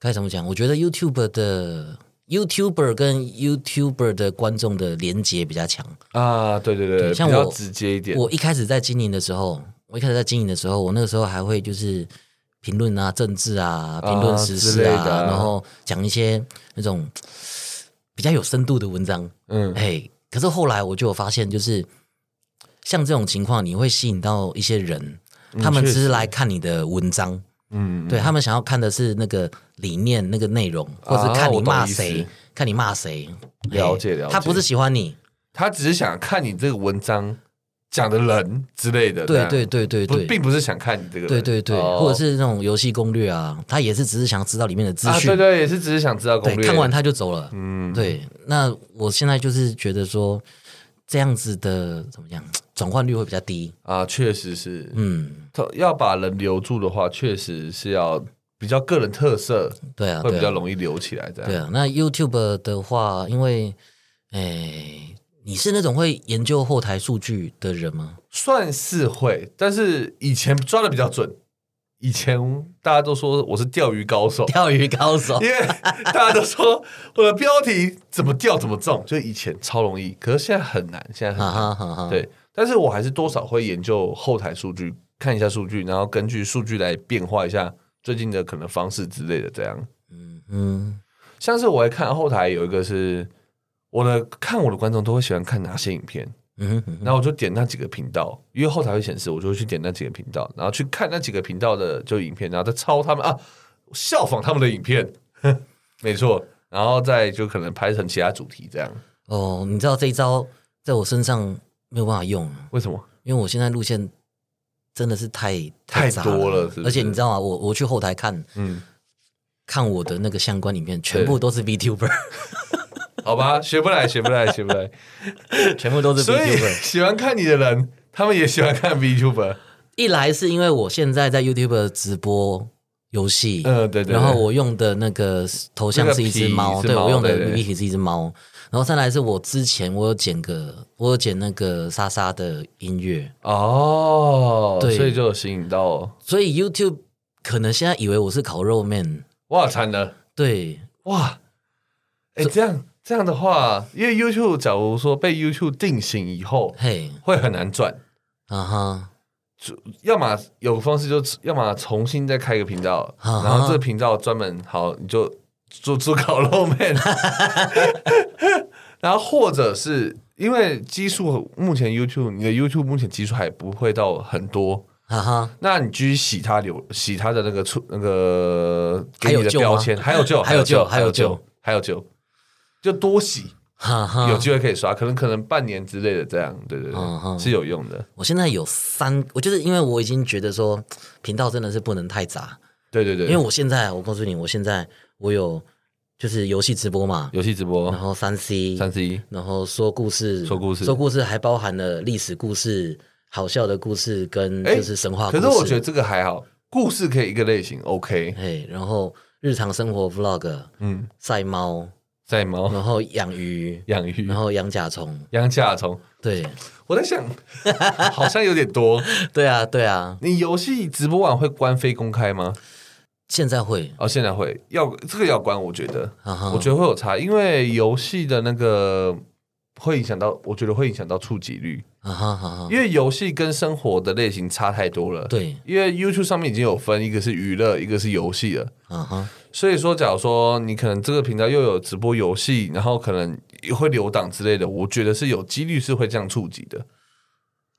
Speaker 1: 该怎么讲？我觉得 YouTube 的 YouTuber 跟 YouTuber 的观众的连接比较强。
Speaker 2: 啊，对对对，
Speaker 1: 对像
Speaker 2: 比较
Speaker 1: 我
Speaker 2: 直接一点。
Speaker 1: 我一开始在经营的时候，我一开始在经营的时候，我那个时候还会就是评论啊、政治啊、评论时事
Speaker 2: 之类
Speaker 1: 啊，
Speaker 2: 的啊
Speaker 1: 然后讲一些那种比较有深度的文章。
Speaker 2: 嗯，
Speaker 1: 哎，可是后来我就有发现，就是像这种情况，你会吸引到一些人，他们
Speaker 2: 确
Speaker 1: 只是
Speaker 2: 实
Speaker 1: 来看你的文章，
Speaker 2: 嗯，
Speaker 1: 对他们想要看的是那个理念、那个内容，或者是看
Speaker 2: 啊
Speaker 1: 你
Speaker 2: 我懂
Speaker 1: 骂
Speaker 2: 意思
Speaker 1: 谁，看你骂谁。哎
Speaker 2: 了解了解
Speaker 1: 他不是喜欢你，
Speaker 2: 他只是想看你这个文章讲的人之类的。这
Speaker 1: 对
Speaker 2: 样
Speaker 1: 对对对
Speaker 2: 不
Speaker 1: 对，
Speaker 2: 并不是想看你这个人。
Speaker 1: 对对对，
Speaker 2: 哦
Speaker 1: 或者是那种游戏攻略啊，他也是只是想知道里面的资
Speaker 2: 啊，
Speaker 1: 讯，
Speaker 2: 对对，也是只是想知道攻
Speaker 1: 对
Speaker 2: 略。
Speaker 1: 看完他就走了。
Speaker 2: 嗯，
Speaker 1: 对，那我现在就是觉得说，这样子的怎么讲，转换率会比较低。
Speaker 2: 啊，确实是。
Speaker 1: 嗯，
Speaker 2: 特要把人留住的话，确实是要比较个人特色，
Speaker 1: 对啊，
Speaker 2: 会比
Speaker 1: 对
Speaker 2: 较
Speaker 1: 啊，
Speaker 2: 容易留起来。这
Speaker 1: 对
Speaker 2: 样，
Speaker 1: 啊。那 YouTube 的话，因为诶，你是那种会研究后台数据的人吗？
Speaker 2: 算是会，但是以前抓的比较准，以前大家都说我是钓鱼 高手，
Speaker 1: 钓鱼高 手
Speaker 2: 因为大家都说我的标题怎么钓怎么中，就以前超容易，可是现在很难，现在很
Speaker 1: 哈
Speaker 2: 难。
Speaker 1: 哈啊哈哈，
Speaker 2: 对，但是我还是多少会研究后台数据，看一下数据，然后根据数据来变化一下最近的可能方式之类的。这样，
Speaker 1: 嗯嗯，
Speaker 2: 像是我还看后台有一个是我的看我的观众都会喜欢看哪些影片，
Speaker 1: 嗯哼嗯哼
Speaker 2: 然后我就点那几个频道，因为后台会显示，我就会去点那几个频道，然后去看那几个频道的就影片，然后再抄他们啊，效仿他们的影片，没错，然后再就可能拍成其他主题这样。
Speaker 1: 哦，你知道这一招在我身上没有办法用，
Speaker 2: 为什么？
Speaker 1: 因为我现在路线真的是太
Speaker 2: 太
Speaker 1: 杂
Speaker 2: 多了
Speaker 1: 了，
Speaker 2: 是不是
Speaker 1: 而且你知道吗？我我去后台看
Speaker 2: 嗯，
Speaker 1: 看我的那个相关影片，全部都是 VTuber，
Speaker 2: 好吧，学不来，学不来，学不来。
Speaker 1: 全部 都是
Speaker 2: 所以
Speaker 1: VTuber。
Speaker 2: 喜欢看你的人，他们也喜欢看 VTuber。
Speaker 1: 一来是因为我现在在 YouTube 直播游戏，
Speaker 2: 嗯，对对对。
Speaker 1: 然后我用的那个头像是一只
Speaker 2: 那个
Speaker 1: 猫，
Speaker 2: 皮
Speaker 1: 对
Speaker 2: 是猫
Speaker 1: 我用的
Speaker 2: 对对
Speaker 1: v i k 是一只猫。然后再来是我之前我有剪个，我有剪那个莎莎的音乐，
Speaker 2: 哦，
Speaker 1: 对
Speaker 2: 所以就有吸引到，
Speaker 1: 所以 YouTube 可能现在以为我是烤肉面，
Speaker 2: 哇，惨了，
Speaker 1: 对，
Speaker 2: 哇，哎，这样这样的话，因为 YouTube 假如说被 YouTube 定型以后，
Speaker 1: 嘿，
Speaker 2: 会很难赚。
Speaker 1: 啊哈，
Speaker 2: 要么有个方式就，要么重新再开一个频道，
Speaker 1: 啊哈
Speaker 2: 然后这个频道专门好，你就做做烤肉面， 然后或者是因为基数目前 YouTube 你的 YouTube 目前基数还不会到很多，
Speaker 1: 啊哈，
Speaker 2: 那你继续洗它流洗它的那个出那个给你
Speaker 1: 还有
Speaker 2: 的
Speaker 1: 救吗
Speaker 2: 标签，还有救，
Speaker 1: 还有救
Speaker 2: 还有
Speaker 1: 还有
Speaker 2: 救
Speaker 1: 救，
Speaker 2: 还有救，就多洗，
Speaker 1: 哈哈，
Speaker 2: 有机会可以刷，可能可能半年之类的这样，对对
Speaker 1: 啊哈
Speaker 2: 对，是有用的，
Speaker 1: 我现在有三，我就是因为我已经觉得说频道真的是不能太杂，
Speaker 2: 对对对，
Speaker 1: 因为我现在我告诉你，我现在我有就是游戏直播嘛，
Speaker 2: 游戏直播
Speaker 1: 然后三 C，
Speaker 2: 三十一。
Speaker 1: 然后说故事，
Speaker 2: 说故事
Speaker 1: 说故事还包含了历史故事、好笑的故事跟
Speaker 2: 哎
Speaker 1: 就是神话故
Speaker 2: 可
Speaker 1: 事。
Speaker 2: 是我觉得这个还好，故事可以一个类型，OK，
Speaker 1: 哎，然后日常生活 vlog、
Speaker 2: 嗯，
Speaker 1: 晒猫，
Speaker 2: 在猫
Speaker 1: 然后养鱼，
Speaker 2: 养鱼
Speaker 1: 嗯然，后养甲虫，
Speaker 2: 养甲虫，
Speaker 1: 对，
Speaker 2: 我 在想，好像有点多。
Speaker 1: 对啊，对啊，
Speaker 2: 你游戏直播晚会关非公开吗？
Speaker 1: 现在会，
Speaker 2: 哦，现在会要这个要关，我觉得，
Speaker 1: 哈哈，
Speaker 2: 我觉得会有差，因为游戏的那个会影响到，我觉得会影响到触及率，
Speaker 1: 得，啊哈哈哈，
Speaker 2: 因为游戏跟生活的类型差太多了。，
Speaker 1: 对，
Speaker 2: 因为 YouTube 上面已经有分，一个是娱乐，一个是游戏了。
Speaker 1: 啊哈，
Speaker 2: 所以说，假如说你可能这个频道又有直播游戏，然后可能也会留档之类的，我觉得是有几率是会这样触及的。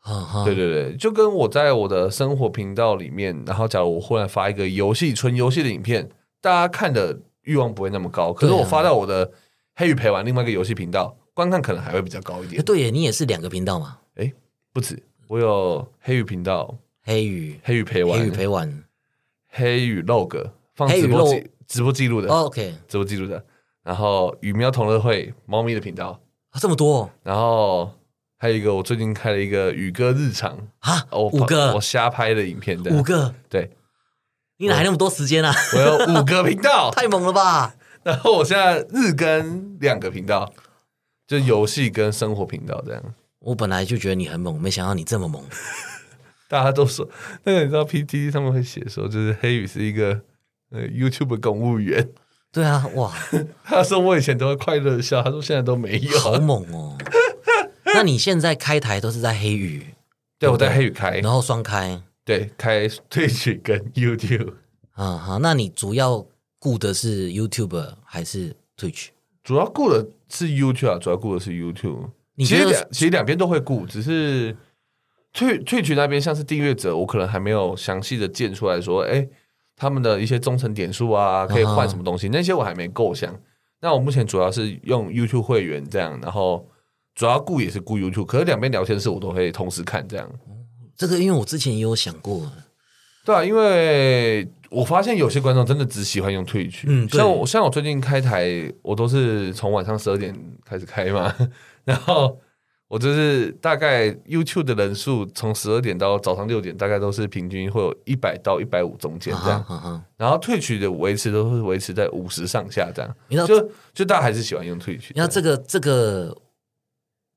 Speaker 1: 啊哈，
Speaker 2: 对对对，就跟我在我的生活频道里面，然后假如我忽然发一个游戏纯游戏的影片，大家看的欲望不会那么高，可是
Speaker 1: 对啊
Speaker 2: 我发到我的黑鱼陪玩另外一个游戏频道，观看可能还会比较高一
Speaker 1: 哎
Speaker 2: 点。
Speaker 1: 对耶，你也是两个频道嘛，
Speaker 2: 不止，我有黑鱼频道、
Speaker 1: 黑鱼、
Speaker 2: 黑鱼陪玩、
Speaker 1: 黑鱼陪玩
Speaker 2: 黑鱼 log 放
Speaker 1: 黑鱼
Speaker 2: 直播
Speaker 1: log
Speaker 2: 记直播记录的，
Speaker 1: 哦，OK，
Speaker 2: 直播记录的，然后与喵同乐会猫咪的频道。
Speaker 1: 啊这么多哦
Speaker 2: 然后还有一个，我最近开了一个宇哥日常，
Speaker 1: 啊，
Speaker 2: 哦我
Speaker 1: 五
Speaker 2: 我
Speaker 1: 个，
Speaker 2: 瞎拍的影片的，
Speaker 1: 五个，
Speaker 2: 对
Speaker 1: 你哪来那么多时间啊？
Speaker 2: 我有五个频道，
Speaker 1: 太猛了吧！
Speaker 2: 然后我现在日更两个频道，就游戏跟生活频道这样。
Speaker 1: 我本来就觉得你很猛，没想到你这么猛。
Speaker 2: 大家都说那个，你知道 PTT 上面会写说，就是黑宇是一个呃 YouTube 公务员。
Speaker 1: 对啊， 哇，
Speaker 2: 他说我以前都会快乐的笑，他说现在都没有。
Speaker 1: 好猛哦！那你现在开台都是在黑鱼，
Speaker 2: 对，我在黑宇开，
Speaker 1: 然后双开，
Speaker 2: 对，开 Twitch 跟 YouTube，
Speaker 1: 啊哈，那你主要顾的是 YouTube 还是 Twitch？
Speaker 2: 主要顾的是 YouTube 啊，主要顾的是 YouTube。
Speaker 1: 你
Speaker 2: 其
Speaker 1: 觉
Speaker 2: 实
Speaker 1: 得
Speaker 2: 两其实两边都会顾，只是退退群那边像是订阅者，我可能还没有详细的建出来说，哎、他们的一些忠诚点数啊，可以
Speaker 1: 嗯
Speaker 2: 换什么东西，那些我还没构想。那我目前主要是用 YouTube 会员这样，然后主要顾也是顾 YouTube，可是两边聊天室我都会同时看这样。
Speaker 1: 这个？因为我之前也有想过，
Speaker 2: 对啊，因为我发现有些观众真的只喜欢用退群，
Speaker 1: 嗯对
Speaker 2: 像我像我最近开台，我都是从晚上十二点开始开嘛， 然后我就是大概 YouTube 的人数从十二点到早上六点，大概都是平均会有一百到一百五中间
Speaker 1: 啊
Speaker 2: 这
Speaker 1: 哈
Speaker 2: 样，
Speaker 1: 啊哈，
Speaker 2: 然后退群的维持都是维持在五十上下这样，
Speaker 1: 你知道，
Speaker 2: 就就大家还是喜欢用退群。
Speaker 1: 你知道这个这个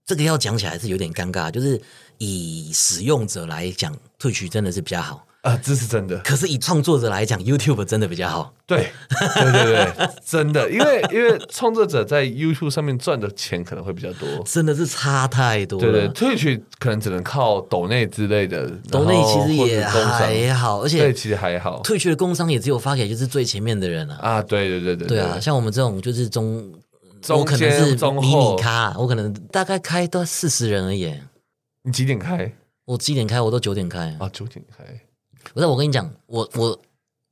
Speaker 1: 这个要讲起来是有点尴尬，就是以使用者来讲，Twitch 真的是比较好，
Speaker 2: 啊，这是真的。
Speaker 1: 可是以创作者来讲，YouTube 真的比较好。
Speaker 2: 对，对对对，真的，因为因为创作者在 YouTube 上面赚的钱可能会比较多。
Speaker 1: 真的是差太多
Speaker 2: 对对
Speaker 1: 了。
Speaker 2: ，Twitch 可能只能靠抖内之类的，
Speaker 1: 抖内其实也
Speaker 2: 然后或者工商
Speaker 1: 还好，而
Speaker 2: 对，
Speaker 1: 且
Speaker 2: 其实还好
Speaker 1: 退去的工商也只有发给就是最前面的人啊。
Speaker 2: 啊。对对对对
Speaker 1: 对啊，像我们这种就是中，
Speaker 2: 中
Speaker 1: 我可能
Speaker 2: 间
Speaker 1: 是
Speaker 2: 中
Speaker 1: 迷
Speaker 2: 后
Speaker 1: 你咖，我可能大概开到四十人而已。
Speaker 2: 你几点开
Speaker 1: 我几点开？我都九点开。
Speaker 2: 啊？九点开
Speaker 1: 不是，我跟你讲，我我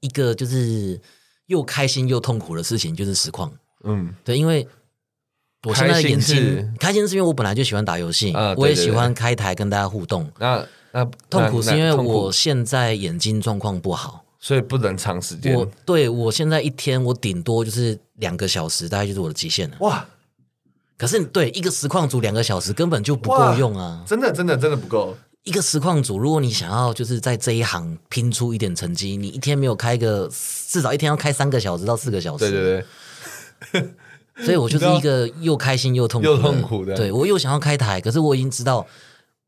Speaker 1: 一个就是又开心又痛苦的事情就是实况。
Speaker 2: 嗯
Speaker 1: 对，因为我现在的眼
Speaker 2: 开心
Speaker 1: 睛
Speaker 2: 是
Speaker 1: 开心是因为我本来就喜欢打游戏，
Speaker 2: 啊对
Speaker 1: 我也
Speaker 2: 对
Speaker 1: 喜
Speaker 2: 对
Speaker 1: 欢开台跟大家互动。
Speaker 2: 那那
Speaker 1: 痛
Speaker 2: 那
Speaker 1: 苦是
Speaker 2: 那
Speaker 1: 因为
Speaker 2: 痛苦
Speaker 1: 我现在眼睛状况不好，
Speaker 2: 所以不能长时间
Speaker 1: 我对我现在一天我顶多就是两个小时，大概就是我的极限了。
Speaker 2: 哇，
Speaker 1: 可是对一个实况组两个小时根本就不够用啊！
Speaker 2: 真的真的真的不够。
Speaker 1: 一个实况组，如果你想要就是在这一行拼出一点成绩，你一天没有开个至少一天要开三个小时到四个小时，
Speaker 2: 对对对，
Speaker 1: 所以我就是一个又开心又痛苦的
Speaker 2: 又痛苦的
Speaker 1: 对我又想要开台，可是我已经知道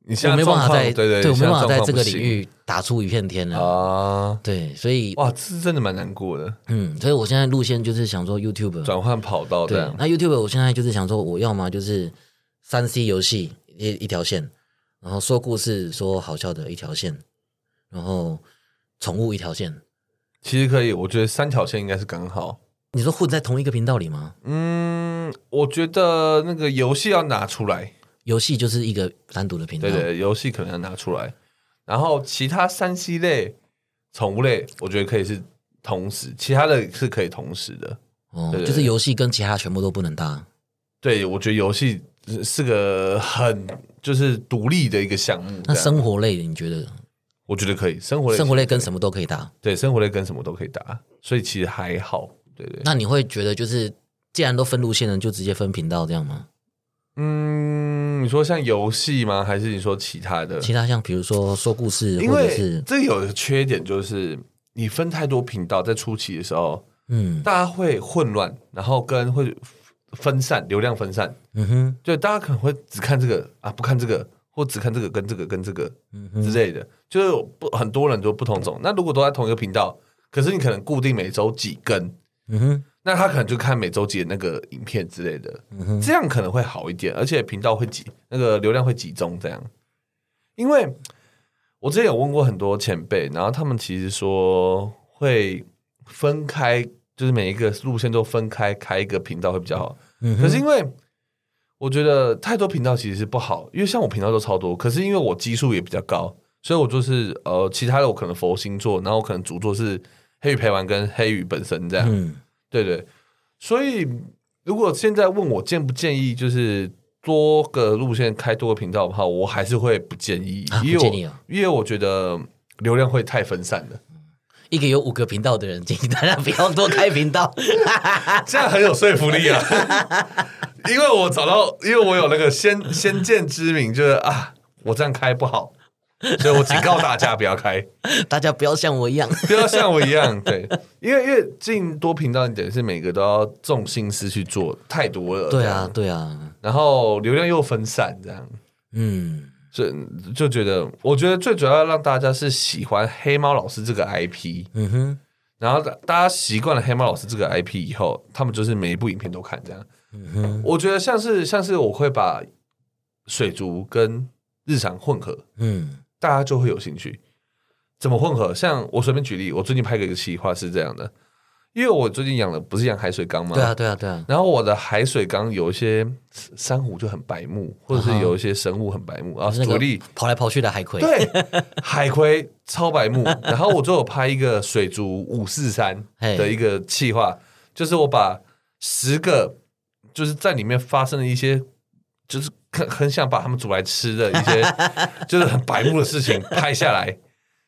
Speaker 2: 你现
Speaker 1: 我
Speaker 2: 在
Speaker 1: 没办
Speaker 2: 状
Speaker 1: 法
Speaker 2: 况
Speaker 1: 在
Speaker 2: 对对，
Speaker 1: 我
Speaker 2: 你
Speaker 1: 没
Speaker 2: 现在
Speaker 1: 办法在
Speaker 2: 状况
Speaker 1: 这个
Speaker 2: 不
Speaker 1: 领
Speaker 2: 行
Speaker 1: 域打出一片天了。
Speaker 2: 啊。
Speaker 1: 对，所以
Speaker 2: 哇，这是真的蛮难过的，
Speaker 1: 嗯，所以我现在路线就是想说 YouTube，
Speaker 2: 转换跑道这
Speaker 1: 对
Speaker 2: 样，
Speaker 1: 那 YouTube 我现在就是想说，我要么就是三 C 游戏一一条线，然后说故事说好笑的一条线，然后宠物一条线。
Speaker 2: 其实可以，我觉得三条线应该是刚好。
Speaker 1: 你说混在同一个频道里吗？
Speaker 2: 嗯，我觉得那个游戏要拿出来，
Speaker 1: 游戏就是一个单独的频道，
Speaker 2: 对对，游戏可能要拿出来，然后其他三 C 类、宠物类，我觉得可以是同时，其他的是可以同时的。
Speaker 1: 哦，
Speaker 2: 对对
Speaker 1: 就是游戏跟其他全部都不能搭。
Speaker 2: 对，我觉得游戏是是个很就是独立的一个项目。
Speaker 1: 那
Speaker 2: 这样
Speaker 1: 生活类你觉得
Speaker 2: 我觉得可以，啊生活类
Speaker 1: 生活类
Speaker 2: 其实
Speaker 1: 跟什么都可以搭？
Speaker 2: 对生活类跟什么都可以打，所以其实还好。对对，
Speaker 1: 那你会觉得就是既然都分路线了，就直接分频道这样吗？
Speaker 2: 嗯，你说像游戏吗？还是你说其他的？
Speaker 1: 其他像比如说说故事
Speaker 2: 因
Speaker 1: 或者
Speaker 2: 为
Speaker 1: 是
Speaker 2: 这有个缺点就是你分太多频道，在初期的时候，
Speaker 1: 嗯
Speaker 2: 大家会混乱，然后跟会分散流量分散，
Speaker 1: 嗯哼
Speaker 2: 就大家可能会只看这个啊，不看这个，或只看这个跟这个跟这个
Speaker 1: 嗯
Speaker 2: 之
Speaker 1: 哼
Speaker 2: 类的，就是有不很多人都不同种。那如果都在同一个频道，可是你可能固定每周几更，
Speaker 1: 嗯哼
Speaker 2: 那他可能就看每周几的那个影片之类的，
Speaker 1: 嗯哼
Speaker 2: 这样可能会好一点，而且频道会集那个流量会集中这样。因为我之前有问过很多前辈，然后他们其实说会分开，就是每一个路线都分开开一个频道会比较好。
Speaker 1: 嗯哼，
Speaker 2: 可是因为我觉得太多频道其实是不好，因为像我频道都超多，可是因为我基数也比较高，所以我就是呃，其他的我可能佛星座，然后我可能主座是黑鱼陪玩跟黑鱼本身这样，
Speaker 1: 嗯。
Speaker 2: 对对。所以如果现在问我建不建议，就是多个路线开多个频道的话，我还是会不建议，
Speaker 1: 啊
Speaker 2: 因
Speaker 1: 不
Speaker 2: 为我
Speaker 1: 建议啊
Speaker 2: 因为我觉得流量会太分散了，
Speaker 1: 一个有五个频道的人，建议大家不要多开频道。 啊
Speaker 2: 这样很有说服力啊！ 因为我找到，因为我有那个先先见之明，就是啊，我这样开不好，所以我警告大家不要开，
Speaker 1: 大家不要像我一样。
Speaker 2: 不要像我一样。对，因为因为进多频道，你等于是每个都要重心思去做，太多了。
Speaker 1: 对
Speaker 2: 这
Speaker 1: 啊，
Speaker 2: 样，
Speaker 1: 对啊，
Speaker 2: 然后流量又分散，这样。
Speaker 1: 嗯，
Speaker 2: 所以就觉得，我觉得最主要让大家是喜欢黑猫老师这个 IP，
Speaker 1: 嗯哼，
Speaker 2: 然后大大家习惯了黑猫老师这个 IP 以后，他们就是每一部影片都看这样。
Speaker 1: 嗯哼，
Speaker 2: 我觉得像是像是我会把水族跟日常混合，
Speaker 1: 嗯
Speaker 2: 大家就会有兴趣。怎么混合？像我随便举例，我最近拍个一个企划是这样的，因为我最近养了不是养海水缸吗？
Speaker 1: 对啊，对啊，对啊，
Speaker 2: 然后我的海水缸有一些珊瑚就很白目，或者
Speaker 1: 啊
Speaker 2: 是
Speaker 1: 哈
Speaker 2: 有一些生物很白目啊。
Speaker 1: 就是那
Speaker 2: 举例
Speaker 1: 个，跑来跑去的海葵。
Speaker 2: 对，海葵超白目。然后我就有拍一个水族五四三
Speaker 1: 嘿
Speaker 2: 的一个企划，就是我把十个就是在里面发生的一些，就是很很想把他们煮来吃的一些，就是很白目的事情拍下来。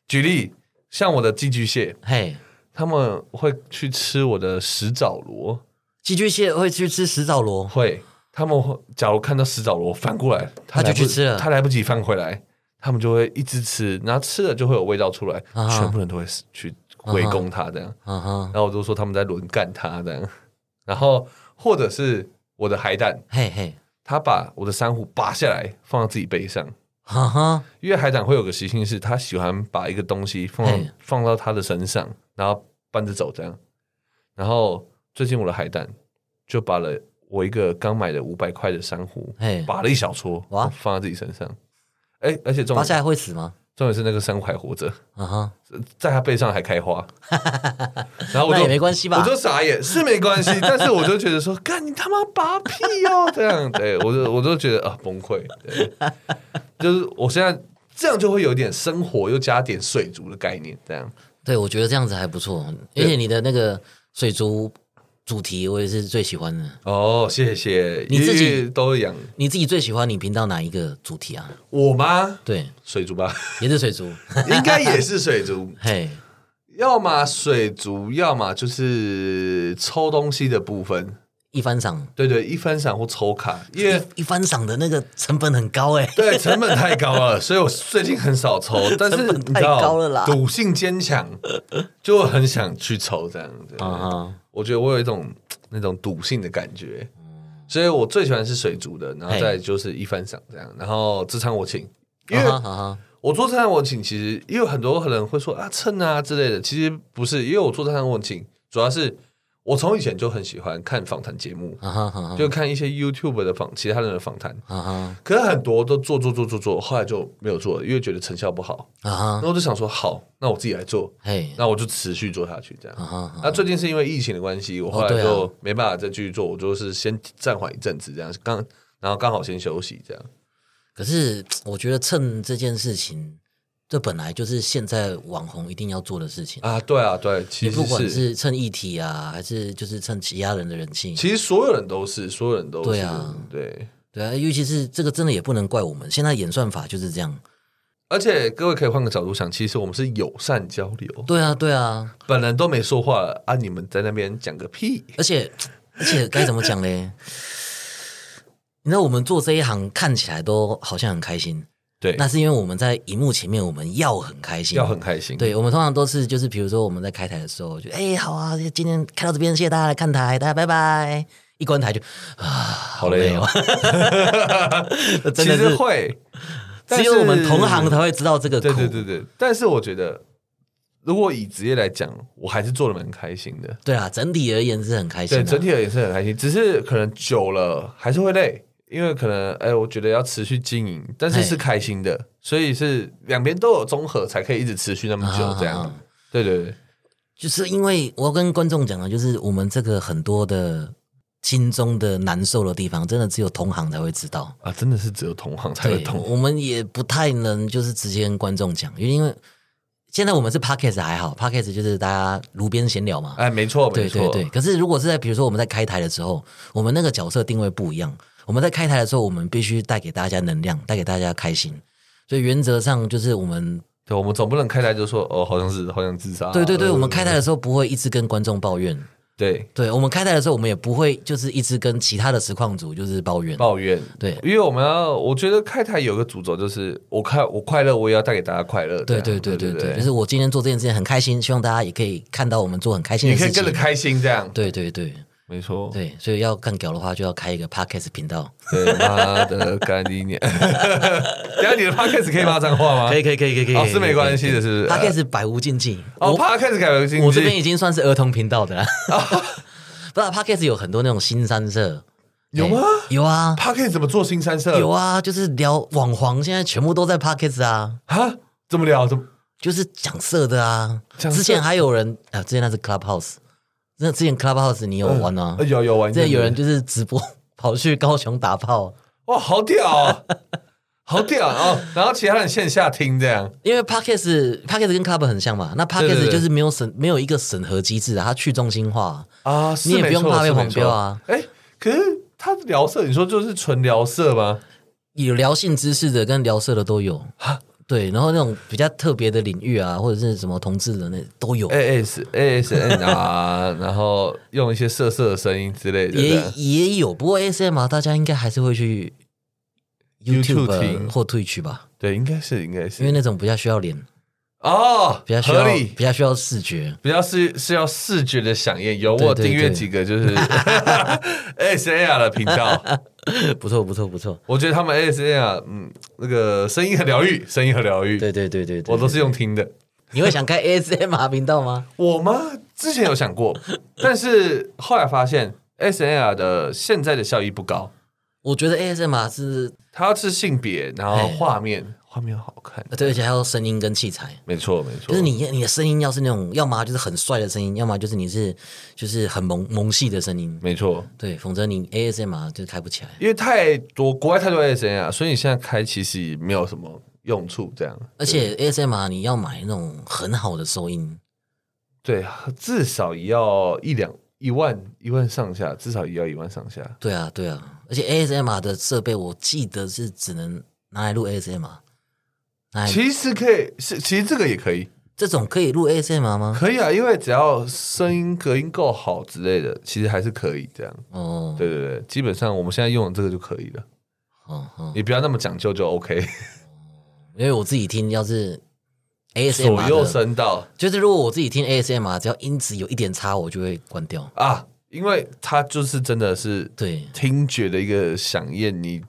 Speaker 2: 举例，像我的寄居蟹，
Speaker 1: 嘿，
Speaker 2: 他们会去吃我的石藻螺，
Speaker 1: 寄居蟹会去吃食藻螺，
Speaker 2: 会，他们会假如看到石藻螺翻过来，
Speaker 1: 他就
Speaker 2: 来不
Speaker 1: 去吃了
Speaker 2: 他来不及翻回来，他们就会一直吃，然后吃了就会有味道出来，
Speaker 1: 啊哈
Speaker 2: 全部人都会去围攻他这样。
Speaker 1: 嗯哼，
Speaker 2: 然后我就说他们在轮干他这样，然后或者是我的海胆，
Speaker 1: 嘿嘿，
Speaker 2: 他把我的珊瑚拔下来放到自己背上，
Speaker 1: 哈哈，
Speaker 2: 因为海胆会有个习性是，它喜欢把一个东西放到
Speaker 1: 嘿
Speaker 2: 放到它的身上，然后搬着走这样。然后最近我的海胆就把了我一个刚买的五百块的珊瑚，
Speaker 1: 嘿，
Speaker 2: 拔了一小撮，
Speaker 1: 哇
Speaker 2: 放在自己身上。哎，而且重
Speaker 1: 拔
Speaker 2: 点
Speaker 1: 下来会死吗？
Speaker 2: 重点是那个珊瑚还活着，
Speaker 1: 啊哈，
Speaker 2: 在它背上还开 花。然后我
Speaker 1: 那
Speaker 2: 就
Speaker 1: 也没关系吧
Speaker 2: 我？就傻眼，是没关系，但是我就觉得说，干你他妈拔屁哦，这样，对我就我就觉得啊崩溃，对，就是我现在这样就会有点生活又加点水族的概念，这样
Speaker 1: 对，我觉得这样子还不错，而
Speaker 2: 对
Speaker 1: 且你的那个水族主题我也是最喜欢的。
Speaker 2: 哦，谢谢，
Speaker 1: 你自己
Speaker 2: 因为都养
Speaker 1: 你自己最喜欢你频道哪一个主题啊？
Speaker 2: 我吗？
Speaker 1: 对，
Speaker 2: 水族吧，
Speaker 1: 也是 水族。
Speaker 2: 应该也是水族，
Speaker 1: 嘿，
Speaker 2: 要么水族，要么就是抽东西的部分，
Speaker 1: 一番赏，
Speaker 2: 对对，一分赏或抽卡，因为
Speaker 1: 一番赏的那个成本很高哎、
Speaker 2: 对，成本太高了，所以我最近很少抽。但是
Speaker 1: 成本
Speaker 2: 你知道
Speaker 1: 太高了啦
Speaker 2: 赌性坚强，就会很想去抽这样子。
Speaker 1: 啊哈，
Speaker 2: 我觉得我有一种那种赌性的感觉，所以我最喜欢是水族的，然后
Speaker 1: 嘿
Speaker 2: 再就是一番赏这样，然后这餐我请，因为
Speaker 1: 啊哈啊哈，
Speaker 2: 我做这餐我请，其实因为很多人会说啊蹭啊之类的，其实不是，因为我做这餐我请，主要是我从以前就很喜欢看访谈节目，
Speaker 1: 啊哈啊哈，
Speaker 2: 就看一些 YouTube 的访其他人的访谈，
Speaker 1: 啊哈
Speaker 2: 可是很多都做做做做做，后来就没有做了，因为觉得成效不好。
Speaker 1: 啊哈
Speaker 2: 那，我就想说，好，那我自己来做，
Speaker 1: 嘿，
Speaker 2: 那我就持续做下去这
Speaker 1: 啊
Speaker 2: 样。
Speaker 1: 哈啊哈
Speaker 2: 那最近是因为疫情的关系，我后
Speaker 1: 哦对
Speaker 2: 来
Speaker 1: 啊
Speaker 2: 就没办法再继续做，我就是先暂缓一阵子这样。刚然后刚好先休息这样。
Speaker 1: 可是我觉得蹭这件事情，这本来就是现在网红一定要做的事情。
Speaker 2: 啊，对啊，对，
Speaker 1: 你
Speaker 2: 其实
Speaker 1: 不管
Speaker 2: 是
Speaker 1: 是蹭议题啊，还是就是蹭其他人的人气，
Speaker 2: 其实所有人都是，所有人都是，
Speaker 1: 对啊
Speaker 2: 对
Speaker 1: 对啊，尤其是这个真的也不能怪我们，现在演算法就是这样。
Speaker 2: 而且各位可以换个角度想，其实我们是友善交流，
Speaker 1: 对啊，对啊，
Speaker 2: 本人都没说话了啊，你们在那边讲个屁。
Speaker 1: 而且而且该怎么讲嘞？你知道我们做这一行看起来都好像很开心，
Speaker 2: 对，
Speaker 1: 那是因为我们在荧幕前面我们要很开心，
Speaker 2: 要很开心。
Speaker 1: 对，我们通常都是就是，比如说我们在开台的时候，就哎、好啊，今天开到这边，谢谢大家来看台，大家拜拜。一关台就啊，好
Speaker 2: 累哦
Speaker 1: 哦， 真
Speaker 2: 其
Speaker 1: 的
Speaker 2: 实
Speaker 1: 是
Speaker 2: 会，
Speaker 1: 只有我们同行才会知道这个苦。
Speaker 2: 对对对对，但是我觉得，如果以职业来讲，我还是做的蛮开心的。
Speaker 1: 对啊，整体而言是啊很开心
Speaker 2: 对，
Speaker 1: 的、
Speaker 2: 整体而言是很开心，只是可能久了还是会累，因为可能哎，我觉得要持续经营，但是
Speaker 1: 嘿
Speaker 2: 是开心的，所以是两边都有综合，才可以一直持续那么久
Speaker 1: 啊
Speaker 2: 这样
Speaker 1: 啊。
Speaker 2: 对对对，
Speaker 1: 就是因为我要跟观众讲的，就是我们这个很多的心中的难受的地方，真的只有同行才会知道。
Speaker 2: 啊，真的是只有同行才会
Speaker 1: 对，
Speaker 2: 懂。
Speaker 1: 我们也不太能就是直接跟观众讲，因为现在我们是 podcast 还好，podcast 就是大家炉边闲聊嘛，
Speaker 2: 哎，没错没
Speaker 1: 对对
Speaker 2: 错，
Speaker 1: 对，可是如果是在比如说我们在开台的时候，我们那个角色定位不一样。我们在开台的时候，我们必须带给大家能量，带给大家开心。所以原则上就是我们，
Speaker 2: 对，我们总不能开台就说哦，好像是好想自杀。
Speaker 1: 对对对，
Speaker 2: 呃
Speaker 1: 我们开台的时候不会一直跟观众抱怨。
Speaker 2: 对
Speaker 1: 对我们开台的时候，我们也不会就是一直跟其他的实况组就是抱怨。
Speaker 2: 抱怨，
Speaker 1: 对
Speaker 2: 因为我们要，我觉得开台有个主轴就是，我开我快乐，我也要带给大家快乐。
Speaker 1: 对
Speaker 2: 这
Speaker 1: 对
Speaker 2: 样
Speaker 1: 啊对对
Speaker 2: 对
Speaker 1: 对，就是我今天做这件事情很开心，希望大家也可以看到我们做很开心
Speaker 2: 你
Speaker 1: 的
Speaker 2: 可
Speaker 1: 事
Speaker 2: 以
Speaker 1: 情
Speaker 2: 跟着。开心这样，
Speaker 1: 对对对
Speaker 2: 没错。
Speaker 1: 对，所以要干屌的话，就要开一个 podcast 频道。
Speaker 2: 对，妈的，干 你娘！等一下你的 podcast 可以骂脏话吗？
Speaker 1: 以可以可以可以可
Speaker 2: 哦是没关系的是不是
Speaker 1: podcast 百无禁忌。
Speaker 2: 哦，podcast 改为禁
Speaker 1: 我这边
Speaker 2: 忌，
Speaker 1: 已经算是儿童频道的啦。 不知道 podcast 有很多那种新三色，
Speaker 2: 有吗
Speaker 1: 哎有啊，
Speaker 2: ？podcast 怎么做新三色？
Speaker 1: 有啊，就是聊网黄，现在全部都在 podcast 啊，
Speaker 2: 啊？怎么聊？怎么？
Speaker 1: 就是讲色的啊。
Speaker 2: 讲色
Speaker 1: 之前还有人啊，之前那是 Clubhouse，那之前 Clubhouse 你有玩吗？
Speaker 2: 呃有有玩？
Speaker 1: 之啊前有人就是直播 跑去高雄打炮，
Speaker 2: 哇，好屌哦，好屌哦！然后其他人线下听这样，
Speaker 1: 因为 podcast podcast 跟 club 很像嘛，那
Speaker 2: 对对
Speaker 1: podcast
Speaker 2: 对
Speaker 1: 就是没有审没有一个审核机制啊，它去中心化。
Speaker 2: 啊，
Speaker 1: 你也
Speaker 2: 是没
Speaker 1: 不用
Speaker 2: 错
Speaker 1: 怕被
Speaker 2: 是没
Speaker 1: 黄标
Speaker 2: 错
Speaker 1: 啊
Speaker 2: 哎，可是他聊色，你说就是纯聊色吗？
Speaker 1: 有聊性知识的跟聊色的都有
Speaker 2: 哈，
Speaker 1: 对，然后那种比较特别的领域啊，或者是什么同志的那都有，
Speaker 2: A S A S N 啊， 然后用一些色色的声音之类的。
Speaker 1: 也
Speaker 2: 对啊
Speaker 1: 也有。不过 ASM r 大家应该还是会去
Speaker 2: YouTube
Speaker 1: YouTube 啊
Speaker 2: 听
Speaker 1: 或 Twitch 吧，
Speaker 2: 对，应该是应该
Speaker 1: 因为
Speaker 2: 是
Speaker 1: 那种比较需要脸，
Speaker 2: 哦，
Speaker 1: 比较需
Speaker 2: 合
Speaker 1: 要
Speaker 2: 理
Speaker 1: 比，较需要视觉。
Speaker 2: 比较是是要视觉的响应。有
Speaker 1: 对
Speaker 2: 我
Speaker 1: 对
Speaker 2: 订阅
Speaker 1: 对
Speaker 2: 几个就是 A S N R 的频道，
Speaker 1: 不错不错不错，
Speaker 2: 我觉得他们 A S N R 嗯那个声音很疗愈，声音很疗愈。
Speaker 1: 对对对对对，
Speaker 2: 我都是用听的。
Speaker 1: 你会想开 ASMR 频道吗？
Speaker 2: 我吗？之前有想 过，但是后来发现 S N R 的现在的效益不高，
Speaker 1: 我觉得 ASMR 是
Speaker 2: 它要是性别，然后画面，哎画面好看。
Speaker 1: 呃对，而且还要声音跟器材。
Speaker 2: 没错，没错，
Speaker 1: 就是你你的声音要是那种，要么就是很帅的声音，要么就是你是就是很萌萌系的声音，
Speaker 2: 没错，
Speaker 1: 对，否则你 ASMR 就开不起来。
Speaker 2: 因为太多国外太多 S N R，所以你现在开其实也没有什么用处。这样，
Speaker 1: 而且 ASMR 你要买那种很好的收音，
Speaker 2: 对，至少也要一两一万一万上下，至少也要一万上下。
Speaker 1: 对啊对啊，而且 ASMR 的设备我记得是只能拿来录 ASMR，拿来
Speaker 2: 其实可以，是其实这个也可以，
Speaker 1: 这种可以录 ASMR 吗？
Speaker 2: 可以啊，因为只要声音隔音够好之类的，其实还是可以这样。
Speaker 1: 哦，
Speaker 2: 对对对，基本上我们现在用的这个就可以了，
Speaker 1: 哦哦，
Speaker 2: 你不要那么讲究就 OK。
Speaker 1: 因为我自己听要是 ASMR
Speaker 2: 左
Speaker 1: 的
Speaker 2: 右声道
Speaker 1: 就是如果我自己听 ASMR，只要音质有一点差，我就会关掉。
Speaker 2: 啊，因为它就是真的是
Speaker 1: 对
Speaker 2: 听觉的一个响应，你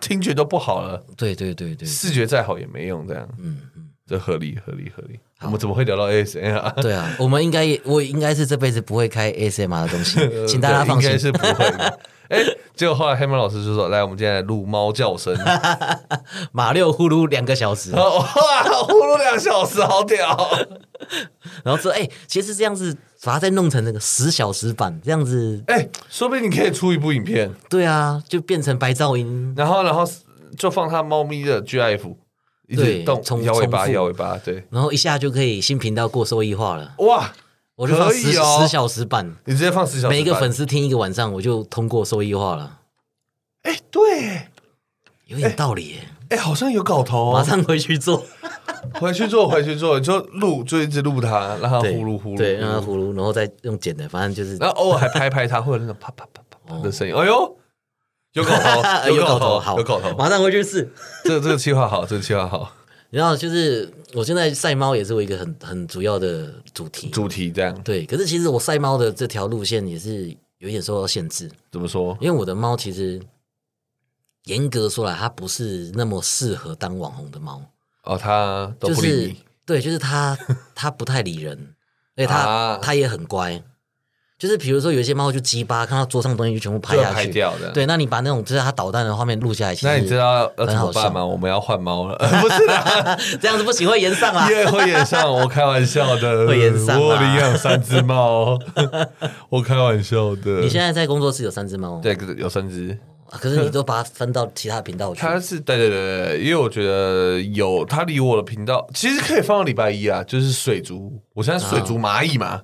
Speaker 2: 听觉都不好了，
Speaker 1: 对对对 对，
Speaker 2: 视觉再好也没用，这样
Speaker 1: 嗯嗯，
Speaker 2: 这合理合理合理。
Speaker 1: 好
Speaker 2: 我们怎么会聊到 ASMR？
Speaker 1: 对啊，我们应该也我应该是这辈子不会开 ASMR 的东西， 请大家
Speaker 2: 对
Speaker 1: 放
Speaker 2: 应
Speaker 1: 心
Speaker 2: 该。是不会 的。哎、结果后来黑猫老师就说：“来，我们今天来录猫叫声。”
Speaker 1: 马六呼噜两个小时，
Speaker 2: 然后哇，呼噜两小时，好屌！
Speaker 1: 然后说哎、其实这样子把它再弄成那个十小时版，这样子，
Speaker 2: 哎、说不定你可以出一部影片，
Speaker 1: 对啊，就变成白噪音。
Speaker 2: 然后然后就放它猫咪的 GIF，一直
Speaker 1: 对
Speaker 2: 动
Speaker 1: 重
Speaker 2: 摇尾
Speaker 1: 重
Speaker 2: 巴，
Speaker 1: 复
Speaker 2: 摇尾巴，对，
Speaker 1: 然后一下就可以新频道过收益化了，
Speaker 2: 哇，
Speaker 1: 我就放
Speaker 2: 可以
Speaker 1: 十十、
Speaker 2: 哦
Speaker 1: 10小时版，
Speaker 2: 你直接放十小时，
Speaker 1: 每一个粉，丝听一个晚上，我就通过收益化了，
Speaker 2: 哎、对，哎、
Speaker 1: 有点道理耶、
Speaker 2: 好像有搞头、
Speaker 1: 马
Speaker 2: 哦，
Speaker 1: 上回去做。
Speaker 2: 回去做，回去做，就录，就一直录它，让它哦呼
Speaker 1: 对
Speaker 2: 噜呼噜，
Speaker 1: 对，让它
Speaker 2: 噜，
Speaker 1: 呼噜，然后再用剪的，反正就是
Speaker 2: 然后偶尔还拍拍它，会有那种啪啪啪啪啪的声音，哎呦，有搞 头，
Speaker 1: 哦有
Speaker 2: 搞
Speaker 1: 搞
Speaker 2: 头，
Speaker 1: 头，好，
Speaker 2: 哦有搞头，
Speaker 1: 马上回去试。
Speaker 2: 这个这个计划好，这个计划好，
Speaker 1: 然后就是我现在晒猫也是我一个很很主要的主题，
Speaker 2: 主题这样
Speaker 1: 对。可是其实我晒猫的这条路线也是有一点受到限制，
Speaker 2: 怎么说？
Speaker 1: 因为我的猫其实严格说来，它不是那么适合当网红的猫，
Speaker 2: 哦，他都
Speaker 1: 就
Speaker 2: 不理
Speaker 1: 是
Speaker 2: 你，
Speaker 1: 对，就是它它不太理人，而且
Speaker 2: 啊
Speaker 1: 它它也很乖。就是比如说有一些猫就鸡巴，看到桌上的东西就全部拍
Speaker 2: 就
Speaker 1: 下
Speaker 2: 拍
Speaker 1: 去，
Speaker 2: 掉的。
Speaker 1: 对，那你把那种就是它捣蛋的画面录下来，其实
Speaker 2: 那你知道要怎么
Speaker 1: 很好
Speaker 2: 办吗？我们要换猫了， 不是啦，
Speaker 1: 这样子不行会延 上啊。
Speaker 2: 也会演上，我开玩笑 的，
Speaker 1: 会演上啊
Speaker 2: 我领养三只猫， 我开玩笑的。
Speaker 1: 你现在在工作室有三只猫，
Speaker 2: 对有三只，
Speaker 1: 啊可是你都把它分到其他频道去，
Speaker 2: 它是对对对对，因为我觉得有它离我的频道，其实可以放到礼拜一啊，就是水族，我现在
Speaker 1: 啊
Speaker 2: 是水族蚂蚁嘛。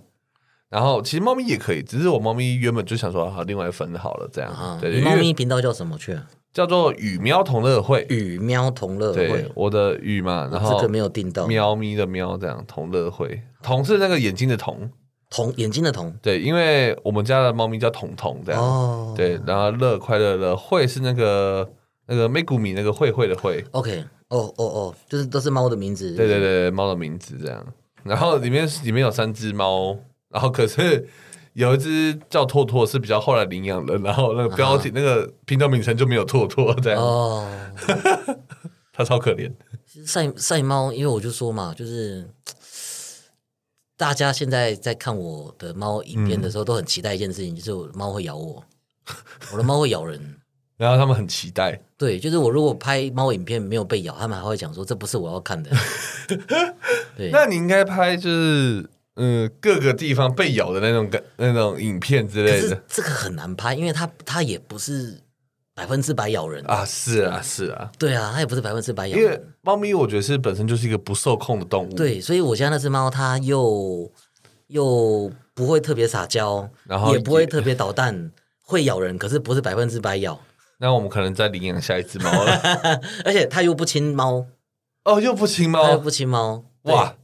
Speaker 2: 然后其实猫咪也可以，只是我猫咪原本就想说好，另外分好了这样。
Speaker 1: 啊，
Speaker 2: 对
Speaker 1: 你
Speaker 2: 对，
Speaker 1: 猫
Speaker 2: 因为
Speaker 1: 咪频道叫什么去啊？
Speaker 2: 叫做羽喵同乐会，
Speaker 1: 与喵同乐
Speaker 2: 对
Speaker 1: 会，，
Speaker 2: 我的羽嘛，然后
Speaker 1: 这个没有定到。
Speaker 2: 喵咪的喵这样同乐会，同是那个眼睛的同，
Speaker 1: 同眼睛的同
Speaker 2: 对，因为我们家的猫咪叫彤彤这样，
Speaker 1: 哦，
Speaker 2: 对，然后乐快乐乐会是那个那个美谷米那个会会的会，
Speaker 1: ，OK，哦哦哦，就是都是猫的名字，
Speaker 2: 对对对，对猫的名字这样，然后里面里面有三只猫，然后可是。有一只叫拓拓是比较后来领养的，然后那个标题、那个频道名称就没有拓拓这样，
Speaker 1: 啊哦，
Speaker 2: 它超可怜。
Speaker 1: 其实晒晒猫，因为我就说嘛，就是。大家现在在看我的猫影片
Speaker 2: 嗯
Speaker 1: 的时候，都很期待一件事情，就是我的猫会咬我，我的猫会咬人。
Speaker 2: 然后他们很期待，
Speaker 1: 对，就是我如果拍猫影片没有被咬，他们还会讲说这不是我要 看的。对，
Speaker 2: 那你应该拍就是嗯各个地方被咬的那种感那种影片之
Speaker 1: 可
Speaker 2: 类
Speaker 1: 是
Speaker 2: 的
Speaker 1: 这个很难拍，因为它它也不是百分之百咬人啊。
Speaker 2: 啊，是啊是啊，
Speaker 1: 对啊，它也不是百分之百咬
Speaker 2: 因为
Speaker 1: 人。
Speaker 2: 猫咪我觉得是本身就是一个不受控的动物，，
Speaker 1: 对，所以我家那只猫，它又又不会特别撒娇，
Speaker 2: 然后
Speaker 1: 也不会
Speaker 2: 也
Speaker 1: 特别捣蛋，会咬人，可是不是百分之百咬，
Speaker 2: 那我们可能再领养下一只猫 了，
Speaker 1: 而且它又不亲猫，
Speaker 2: 哦又不亲
Speaker 1: 它又
Speaker 2: 猫，
Speaker 1: 哎不亲猫，对
Speaker 2: 哇，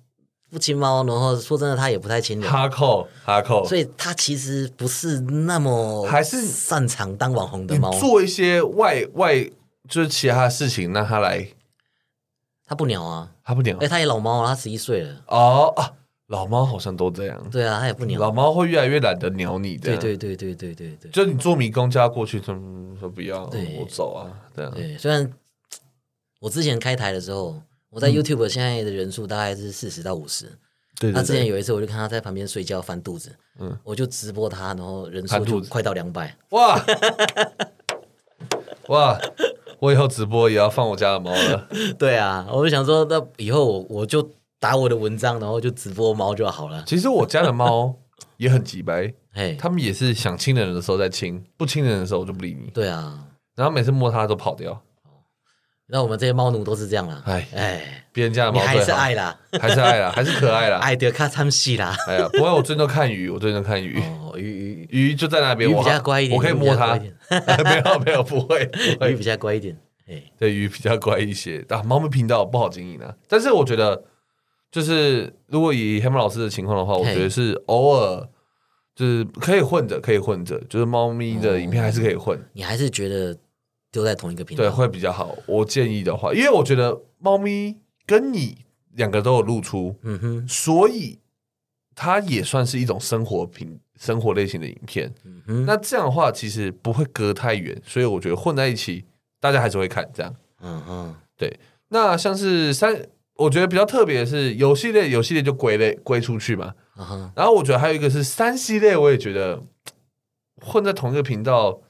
Speaker 1: 不亲猫，然后说真的，它也不太亲人。
Speaker 2: 哈扣哈扣，
Speaker 1: 所以它其实不是那么
Speaker 2: 还是
Speaker 1: 擅长当网红的
Speaker 2: 你
Speaker 1: 猫，
Speaker 2: 做一些外外就是其他事情让它来，
Speaker 1: 它不鸟啊。
Speaker 2: 它不鸟
Speaker 1: 哎、它也老猫了，它十一岁了。
Speaker 2: 哦啊，老猫好像都这样，
Speaker 1: 对啊，它也不鸟。
Speaker 2: 老猫会越来越懒得鸟你的，
Speaker 1: 对对对对对对对
Speaker 2: 就你做迷宫叫它过去，嗯说不要，
Speaker 1: 对
Speaker 2: 我走啊，这样。
Speaker 1: 对，虽然我之前开台的时候，我
Speaker 2: 嗯
Speaker 1: 在 YouTube 现在的人数大概是四十到五十。
Speaker 3: 对
Speaker 1: 他
Speaker 3: 对
Speaker 1: 之前
Speaker 3: 对，
Speaker 1: 啊有一次，我就看他在旁边睡觉翻肚子，
Speaker 2: 嗯
Speaker 1: 我就直播他，然后人
Speaker 2: 翻
Speaker 1: 数
Speaker 2: 肚
Speaker 1: 就
Speaker 2: 子
Speaker 1: 快到两百。
Speaker 2: 哇 哇！我以后直播也要放我家的猫了。
Speaker 1: 对啊，我就想说，那以后我我就打我的文章，然后就直播猫就好了。
Speaker 2: 其实我家的猫也很急白，
Speaker 1: 嘿，
Speaker 2: 它们也是想亲人的时候在亲，不亲人的时候我就不理你。
Speaker 1: 对啊，
Speaker 2: 然后每次摸它都跑掉。
Speaker 1: 那我们这些猫奴都是这样啦。
Speaker 2: 哎
Speaker 1: 哎，
Speaker 2: 别人家的
Speaker 1: 你
Speaker 2: 猫
Speaker 1: 还
Speaker 2: 最
Speaker 1: 是
Speaker 2: 好，啊
Speaker 1: 爱啦，
Speaker 2: 还是爱啦，还是可爱啦。
Speaker 1: 爱的咔参戏啦。
Speaker 2: 哎呀，不过我最近都看鱼，我最近都看鱼，
Speaker 1: 哦，鱼 鱼
Speaker 2: 鱼就在那边，
Speaker 1: 鱼
Speaker 2: 我
Speaker 1: 比较乖一点，
Speaker 2: 我可以
Speaker 1: 鱼比
Speaker 2: 摸
Speaker 1: 较乖
Speaker 2: 它
Speaker 1: 一。点
Speaker 2: 没有没有，不会，不
Speaker 1: 鱼
Speaker 2: 会
Speaker 1: 比较乖一点。哎，
Speaker 2: 对鱼比较乖一些啊。猫咪频道不好经营啊，但是我觉得，就是如果以黑猫老师的情况的话，我觉得是偶尔就是可以混着，可以混着，就是猫咪的影片还是可以混，
Speaker 1: 你还是觉得丢在同一个频道？
Speaker 2: 对，会比较好。我建议的话，因为我觉得猫咪跟你两个都有露出，
Speaker 1: 嗯哼，
Speaker 2: 所以它也算是一种生活品、生活类型的影片。
Speaker 1: 嗯哼，
Speaker 2: 那这样的话，其实不会隔太远，所以我觉得混在一起，大家还是会看这样。
Speaker 1: 嗯哼，
Speaker 2: 那像是三，我觉得比较特别的是游戏类，游戏类就归类归出去嘛。
Speaker 1: 嗯哼，
Speaker 2: 然后我觉得还有一个是三 C 类，我也觉得嘖混在同一个频道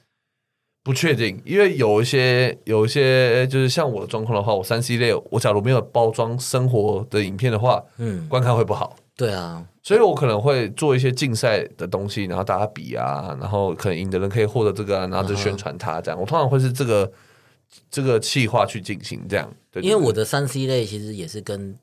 Speaker 2: 不确定，因为有一些有一些就是像我的状况的话，我三 C 类我假如没有包装生活的影片的话，
Speaker 1: 嗯，
Speaker 2: 观看会不好。
Speaker 1: 对啊，
Speaker 2: 所以我可能会做一些竞赛的东西，然后大家比啊，然后可能赢的人可以获得这个、啊，然后就宣传它这样。我通常会是这个这个企划去进行这样，对
Speaker 1: 因为我的三 C 类其实也是跟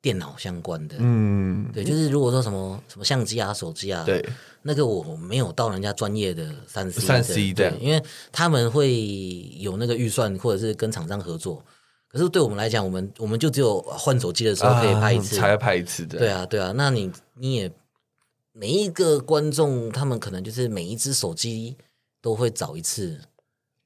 Speaker 1: 电脑相关的。
Speaker 2: 嗯，
Speaker 1: 对，就是如果说什么什么相机啊、手机啊，
Speaker 2: 对，
Speaker 1: 那个我没有到人家专业的三 C
Speaker 2: 三 C
Speaker 1: 对
Speaker 2: 这，样
Speaker 1: 因为他们会有那个预算，或者是跟厂商合作。可是对我们来讲，我们我们就只有换手机的时候可以拍一次，
Speaker 2: 啊才拍一次的，
Speaker 1: 对啊，对啊，那你你也每一个观众，他们可能就是每一只手机都会找一次。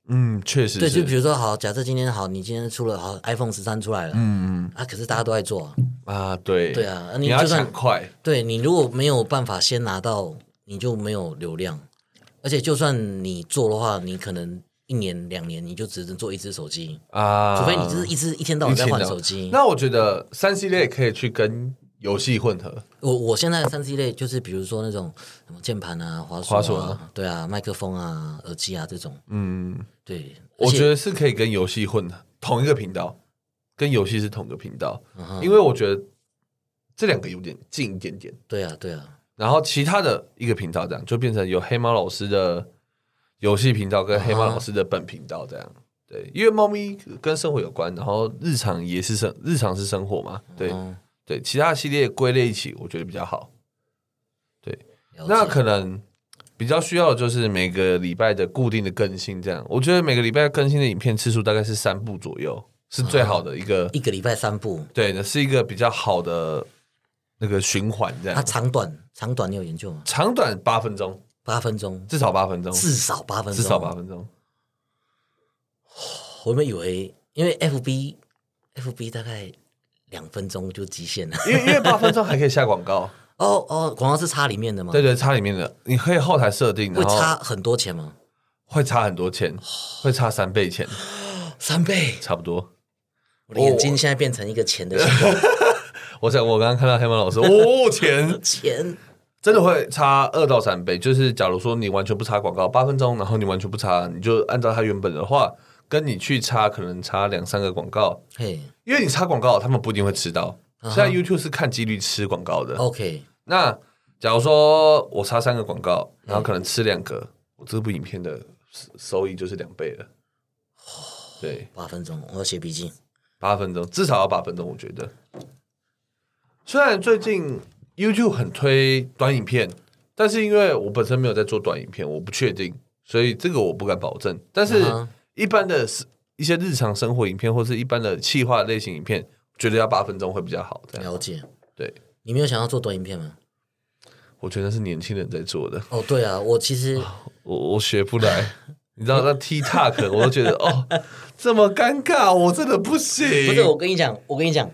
Speaker 2: 嗯，确实
Speaker 1: 对，
Speaker 2: 是，
Speaker 1: 就比如说，好，假设今天好，你今天出了好 iPhone 十三出来了、
Speaker 2: 嗯
Speaker 1: 啊，可是大家都在做啊、
Speaker 2: 嗯啊，对
Speaker 1: 对，啊，啊你
Speaker 2: 你要
Speaker 1: 就算
Speaker 2: 抢快，
Speaker 1: 对你如果没有办法先拿到，你就没有流量，而且就算你做的话，你可能一年两年你就只能做一只手机，
Speaker 2: 啊，
Speaker 1: 除非你就是一直一天到晚在
Speaker 2: 一天
Speaker 1: 换
Speaker 2: 到
Speaker 1: 手机。
Speaker 2: 那我觉得三 C 类可以去跟游戏混合，
Speaker 1: 我我现在的三 C 类就是比如说那种什么键盘啊、滑鼠啊、
Speaker 2: 滑鼠啊
Speaker 1: 对啊、麦克风啊、耳机啊这种，
Speaker 2: 嗯，
Speaker 1: 对，
Speaker 2: 我觉
Speaker 1: 得
Speaker 2: 得是可以跟游戏混合同一个频道，跟游戏是同一个频道，
Speaker 1: 嗯
Speaker 2: 因为我觉得这两个有点近一点点，
Speaker 1: 对啊对啊，
Speaker 2: 然后其他的一个频道这样就变成有黑猫老师的游戏频道跟黑猫老师的本频道这样。对，因为猫咪跟生活有关，然后日常也是生日常是生活嘛，对、
Speaker 1: 嗯
Speaker 2: 对，其他系列归类一起，我觉得比较好。
Speaker 1: 了
Speaker 2: 那
Speaker 1: 解
Speaker 2: 可能比较需要的就是每个礼拜的固定的更新，这样，我觉得每个礼拜更新的影片次数大概是三部左右，是最好的一个，
Speaker 1: 一个礼拜三部，
Speaker 2: 对，那是一个比较好的那个循环这
Speaker 1: 它
Speaker 2: 样。
Speaker 1: 长短长短你有研究吗？
Speaker 2: 长短八分钟，
Speaker 1: 八分钟，
Speaker 2: 至少八分钟，
Speaker 1: 至少八分钟，
Speaker 2: 哦至少八分钟。
Speaker 1: 我们以为，因为 FB FB 大概两分钟就极限了。
Speaker 2: 因为因为八分钟还可以下广告，
Speaker 1: 哦哦，广告是插里面的吗？
Speaker 2: 对，对，插里面的，你可以后台设定，
Speaker 1: 会
Speaker 2: 然后
Speaker 1: 插很多钱吗？
Speaker 2: 会差很 多钱，会差三倍钱，
Speaker 1: 三倍！
Speaker 2: 差不多。
Speaker 1: 我的眼睛现在变成一个钱的 形状
Speaker 2: 我想我刚刚看到黑猫老师，哦，钱
Speaker 1: 钱。
Speaker 2: 真的会差二到三倍。就是假如说你完全不插广告八分钟，然后你完全不插，你就按照它原本的话，跟你去插可能插两三个广告，
Speaker 1: 嘿
Speaker 2: 因为你插广告，他们不一定会吃到。
Speaker 1: 啊哈
Speaker 2: 现在 YouTube 是看几率吃广告的。
Speaker 1: ，OK，
Speaker 2: 那假如说我插三个广告，然后可能吃两个，我这部影片的收收益就是两倍了。对，
Speaker 1: 八分钟，我要写笔记。
Speaker 2: 八分钟至少要八分钟，我觉得。虽然最近 YouTube 很推短影片，但是因为我本身没有在做短影片，我不确定，所以这个我不敢保证。但是
Speaker 1: 嗯哼
Speaker 2: 一般的是一些日常生活影片，或是一般的企划类型影片，觉得要八分钟会比较好。这样，
Speaker 1: 了解。
Speaker 2: 对，
Speaker 1: 你没有想要做短影片吗？
Speaker 2: 我觉得是年轻人在做的。
Speaker 1: 哦，对啊，我其实
Speaker 2: 我我学不来。你知道那 TikTok，我都 觉得哦，这么尴尬，我真的不行。
Speaker 1: 不是，我跟你讲，我跟你讲，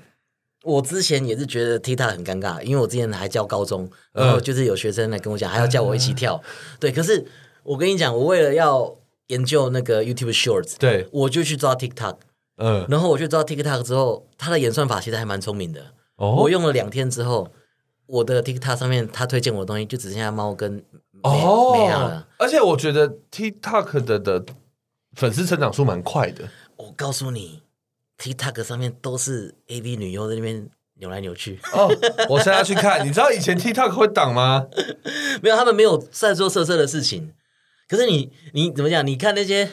Speaker 1: 我之前也是觉得踢踏很尴尬，因为我之前还教高中，然后就是有学生来跟我讲，还要叫我一起跳。
Speaker 2: 嗯
Speaker 1: 对，可是我跟你讲，我为了要研究那个 YouTube Shorts，
Speaker 2: 对
Speaker 1: 我就去抓 TikTok。
Speaker 2: 嗯，
Speaker 1: 然后我就知道 TikTok 之后，它的演算法其实还蛮聪明的。
Speaker 2: 哦
Speaker 1: 我用了两天之后，我的 TikTok 上面它推荐我的东西就只剩下猫跟美美亚
Speaker 2: 哦
Speaker 1: 了。，
Speaker 2: 而且我觉得 TikTok 的的粉丝成长速蛮快的，
Speaker 1: 我告诉你，TikTok 上面都是 AV 女优在那边扭来扭去，
Speaker 2: 哦，我现在去看，你知道以前 TikTok 会挡吗？
Speaker 1: 没有他们没有在做色色的事情。可是你你怎么讲？你看那些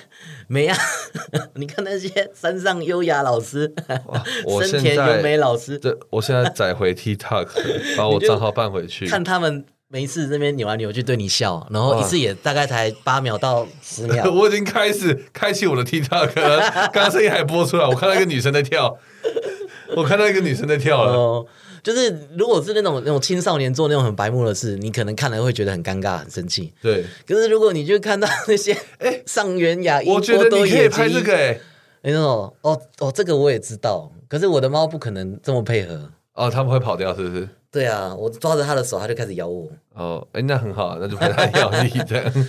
Speaker 1: 美亚， 你看那些山上优雅老师
Speaker 2: 哇，我
Speaker 1: 森田
Speaker 2: 现
Speaker 1: 优美
Speaker 2: 在
Speaker 1: 老师，
Speaker 2: 对，我现在载回 TikTok，把我账号办回去。
Speaker 1: 看他们每一次那边扭来扭去对你笑，然后一次也大概才八秒到十 秒，
Speaker 2: 我已经开始开启我的 TikTok，了刚刚声音还播出来，我看到一个女生在跳，我看到一个女生在跳了。
Speaker 1: 哦，就是如果是那种那种青少年做那种很白目的事，你可能看了会觉得很尴尬、很生气。
Speaker 2: 对，
Speaker 1: 可是如果你就看到那些，
Speaker 2: 哎
Speaker 1: 哎， 上元雅一，
Speaker 2: 我觉得
Speaker 1: 波多
Speaker 2: 你可以
Speaker 1: 野
Speaker 2: 拍
Speaker 1: 结衣
Speaker 2: 这个，哎、
Speaker 1: 哎那种哦哦，这个我也知道，可是我的猫不可能这么配合。
Speaker 2: 哦，他们会跑掉是不是？
Speaker 1: 对啊，我抓着它的手，它就开始咬我，
Speaker 2: 哦，哎、那很好，那就拍他 咬你这样。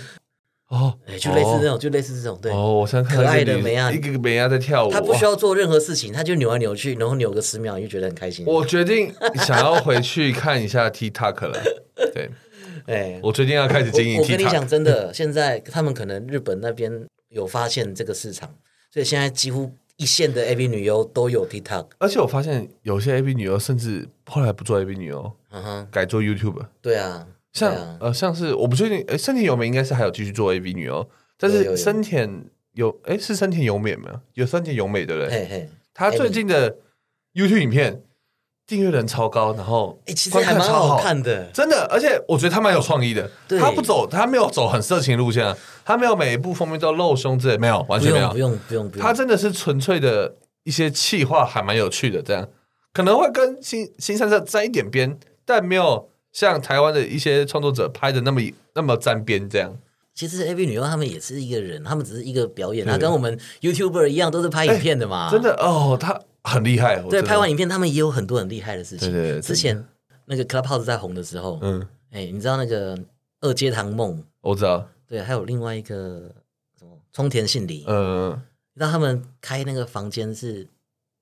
Speaker 2: 哦
Speaker 1: 哎，就类似这
Speaker 2: 哦
Speaker 1: 种，就类似这种，对。
Speaker 2: 哦，我现在看到一个
Speaker 1: 可爱的
Speaker 2: 女
Speaker 1: 美亚
Speaker 2: 一个美亚在跳舞，
Speaker 1: 它不需
Speaker 2: 哇。
Speaker 1: 要做任何事情，它就扭来扭去，然后扭个十秒，你就觉得很开心。
Speaker 2: 我决定想要回去看一下 TikTok 了，对
Speaker 1: 哎，
Speaker 2: 我决定要开始经营
Speaker 1: 我我跟你
Speaker 2: TikTok。
Speaker 1: 讲，真的， 现在他们可能日本那边有发现这个市场，所以现在几乎一线的 AV 女优都有 TikTok。
Speaker 2: 而且我发现有些 A B 女优甚至后来不做 A B 女优，
Speaker 1: 嗯哼，
Speaker 2: 改做 YouTube。
Speaker 1: 对啊，
Speaker 2: 像、
Speaker 1: 对啊
Speaker 2: 呃，像是我不确定，哎，森田由美应该是还有继续做 A B 女优，但
Speaker 1: 有有
Speaker 2: 是
Speaker 1: 有
Speaker 2: 森田有哎是森田由美吗？有森田由美对不对？
Speaker 1: 嘿嘿，
Speaker 2: 她最近的 YouTube 影片订阅人超高，然后
Speaker 1: 哎，其实
Speaker 2: 观
Speaker 1: 还
Speaker 2: 看
Speaker 1: 蛮
Speaker 2: 超
Speaker 1: 好
Speaker 2: 好。
Speaker 1: 看的。
Speaker 2: 真的，而且我觉得他蛮有创意的。
Speaker 1: 对
Speaker 2: 他不走，他没有走很色情路线啊，他没有每一部封面都露胸之类，没有，完
Speaker 1: 不
Speaker 2: 全没
Speaker 1: 用
Speaker 2: 有
Speaker 1: 不。用不用不用，
Speaker 2: 他真的是纯粹的一些气话，还蛮有趣的。这样可能会跟新新三色沾一点边，但没有像台湾的一些创作者拍的那么那么沾边。这样，
Speaker 1: 其实 AV 女优她们也是一个人，她们只是一个表演，
Speaker 2: 对
Speaker 1: 她跟我们 YouTuber 一样，都是拍影片的嘛。
Speaker 2: 真，的哦，他很厉害。我
Speaker 1: 啊对，
Speaker 2: 真的
Speaker 1: 拍完影片，她们也有很多很厉害的事情。
Speaker 2: 对对对
Speaker 1: 之前那个 Clubhouse 在红的时候，
Speaker 2: 嗯，
Speaker 1: 哎，你知道那个二阶堂梦，
Speaker 2: 我知道，
Speaker 1: 对，还有另外一个什么冲田杏里，
Speaker 2: 呃，
Speaker 1: 让他们开那个房间是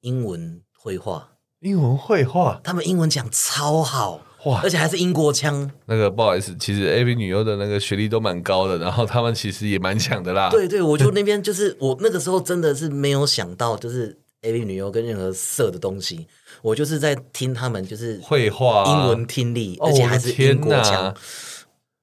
Speaker 1: 英文绘画，
Speaker 2: 英文绘画
Speaker 1: 他们英文讲超好，
Speaker 2: 哇
Speaker 1: 而，且还是英国腔。
Speaker 2: 那个不好意思，其实 AV 女优的那个学历都蛮高的，然后他们其实也蛮强的啦。
Speaker 1: 对对，我就那边就是我那个时候真的是没有想到，就是 A V 女优跟任何色的东西，我就是在听他们就是
Speaker 2: 绘画啊、
Speaker 1: 英文听力，
Speaker 2: 哦，
Speaker 1: 而且还是
Speaker 2: 我的天
Speaker 1: 英国
Speaker 2: 哪
Speaker 1: 腔，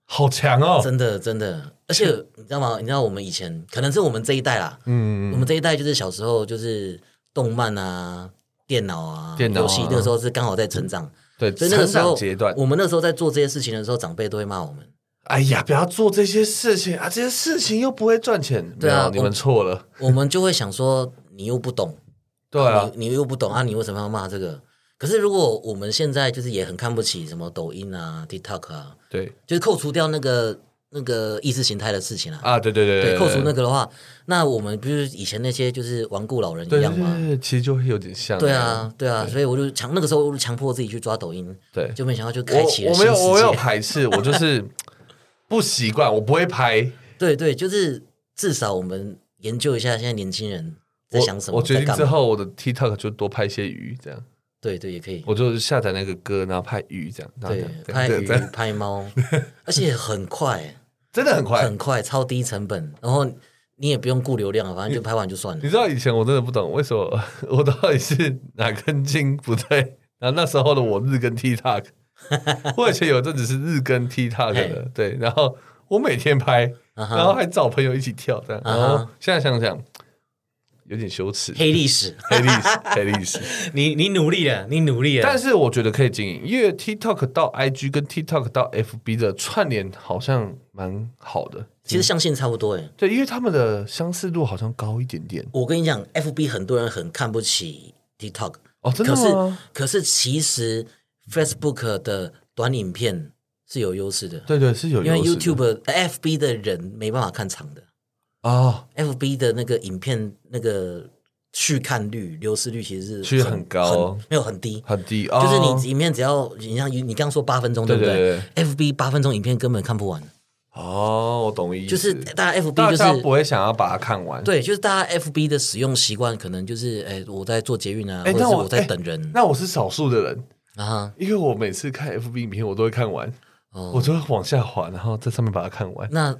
Speaker 2: 好强哦！
Speaker 1: 真的真的。而且你知道吗？你知道我们以前可能是我们这一代啦，我
Speaker 2: 嗯，
Speaker 1: 们这一代就是小时候就是动漫啊、电脑啊、
Speaker 2: 电脑啊
Speaker 1: 游戏，那个时候是刚好在成长。
Speaker 2: 对，
Speaker 1: 所以那个
Speaker 2: 成
Speaker 1: 时
Speaker 2: 长
Speaker 1: 候
Speaker 2: 阶段，
Speaker 1: 我们那时候在做这些事情的时候，长辈都会骂我们。
Speaker 2: 哎呀，不要做这些事情啊！这些事情又不会赚钱。
Speaker 1: 对啊
Speaker 2: 没有你
Speaker 1: 我
Speaker 2: 们错了。
Speaker 1: 我们就会想说，你又不懂，
Speaker 2: 对啊，
Speaker 1: 你你又不懂啊，你为什么要骂这个？可是如果我们现在就是也很看不起什么抖音啊、TikTok 啊，
Speaker 2: 对
Speaker 1: 就是扣除掉那个那个意识形态的事情啊，
Speaker 2: 啊，对对对
Speaker 1: 对，扣除那
Speaker 2: 个
Speaker 1: 个的话，那我们不是以前那些就是顽固老人
Speaker 2: 对
Speaker 1: 一
Speaker 2: 对
Speaker 1: 样
Speaker 2: 对对
Speaker 1: 吗？
Speaker 2: 对，其实就会有点像。
Speaker 1: 对啊，对啊，所以我就强那个时候我就强迫自己去抓抖音，
Speaker 2: 对，
Speaker 1: 就没想到就开启
Speaker 2: 我
Speaker 1: 了
Speaker 2: 我
Speaker 1: 新
Speaker 2: 没有我没
Speaker 1: 世
Speaker 2: 有
Speaker 1: 界。
Speaker 2: 排斥，我就是 不习惯，我不会拍。
Speaker 1: 对对，就是至少我们研究一下现在年轻人在
Speaker 2: 我
Speaker 1: 想什么，
Speaker 2: 我决
Speaker 1: 在
Speaker 2: 定
Speaker 1: 干
Speaker 2: 之
Speaker 1: 嘛。
Speaker 2: 后，我的 TikTok 就多拍一些鱼，这样
Speaker 1: 对对，也可以。
Speaker 2: 我就下载那个歌，然后拍鱼这样。然后
Speaker 1: 对
Speaker 2: 这样，
Speaker 1: 拍
Speaker 2: 这样
Speaker 1: 鱼
Speaker 2: 这样
Speaker 1: 拍猫， 而且很快，
Speaker 2: 真的很快，
Speaker 1: 很快，超低成本，然后你也不用顾流量了，反正就拍完就算了
Speaker 2: 你。知道以前我真的不懂为什么 我到底是哪根筋不对， 然后那时候的我日 更 TikTok，我以前有阵子是日更 TikTok 的
Speaker 1: 嘿，
Speaker 2: 对，然后我每天拍，
Speaker 1: 啊哈
Speaker 2: 然后还找朋友一起跳这样，
Speaker 1: 啊
Speaker 2: 然
Speaker 1: 哈
Speaker 2: 后现在想想有点羞耻，
Speaker 1: 黑历史，
Speaker 2: 黑历史，黑历史。
Speaker 1: 你你努力了，你努力
Speaker 2: 但是我觉得可以经营，因为 TikTok 到 IG 跟 TikTok 到 FB 的串联好像蛮好的，
Speaker 1: 其实象限差不多哎。
Speaker 2: 对，因为他们的相似度好像高一点点
Speaker 1: 我跟你讲，FB 很多人很看不起 TikTok，
Speaker 2: 哦，真
Speaker 1: 可
Speaker 2: 的
Speaker 1: 是
Speaker 2: 吗？
Speaker 1: 可是其实 Facebook 的短影片是有优势的，
Speaker 2: 对对，是有
Speaker 1: 因为
Speaker 2: 优势的
Speaker 1: YouTube、FB 的人没办法看长的。
Speaker 2: 哦。
Speaker 1: FB 的那个影片那个续看率、流失率其实是
Speaker 2: 其实很高
Speaker 1: 很没有很低。
Speaker 2: 很低，
Speaker 1: 就
Speaker 2: 就是
Speaker 1: 你影片只要你像你刚刚说八分钟，对不
Speaker 2: 哦对对
Speaker 1: 对？FB 八分钟影片根本看不完，
Speaker 2: 哦，我懂意思，
Speaker 1: 就是大家 FB
Speaker 2: 大
Speaker 1: 就
Speaker 2: 家
Speaker 1: 是
Speaker 2: 不会想要把它看完。，
Speaker 1: 对，就是大家 FB 的使用习惯可能就是，哎、我在做捷运啊，
Speaker 2: 哎
Speaker 1: 或者
Speaker 2: 那
Speaker 1: 是
Speaker 2: 我
Speaker 1: 我在等人、
Speaker 2: 那我是少数的人，
Speaker 1: 啊哈。
Speaker 2: 因为我每次看 FB 影片，我都会看完，我
Speaker 1: 哦，
Speaker 2: 就会往下滑，然后在上面把它看完。
Speaker 1: 那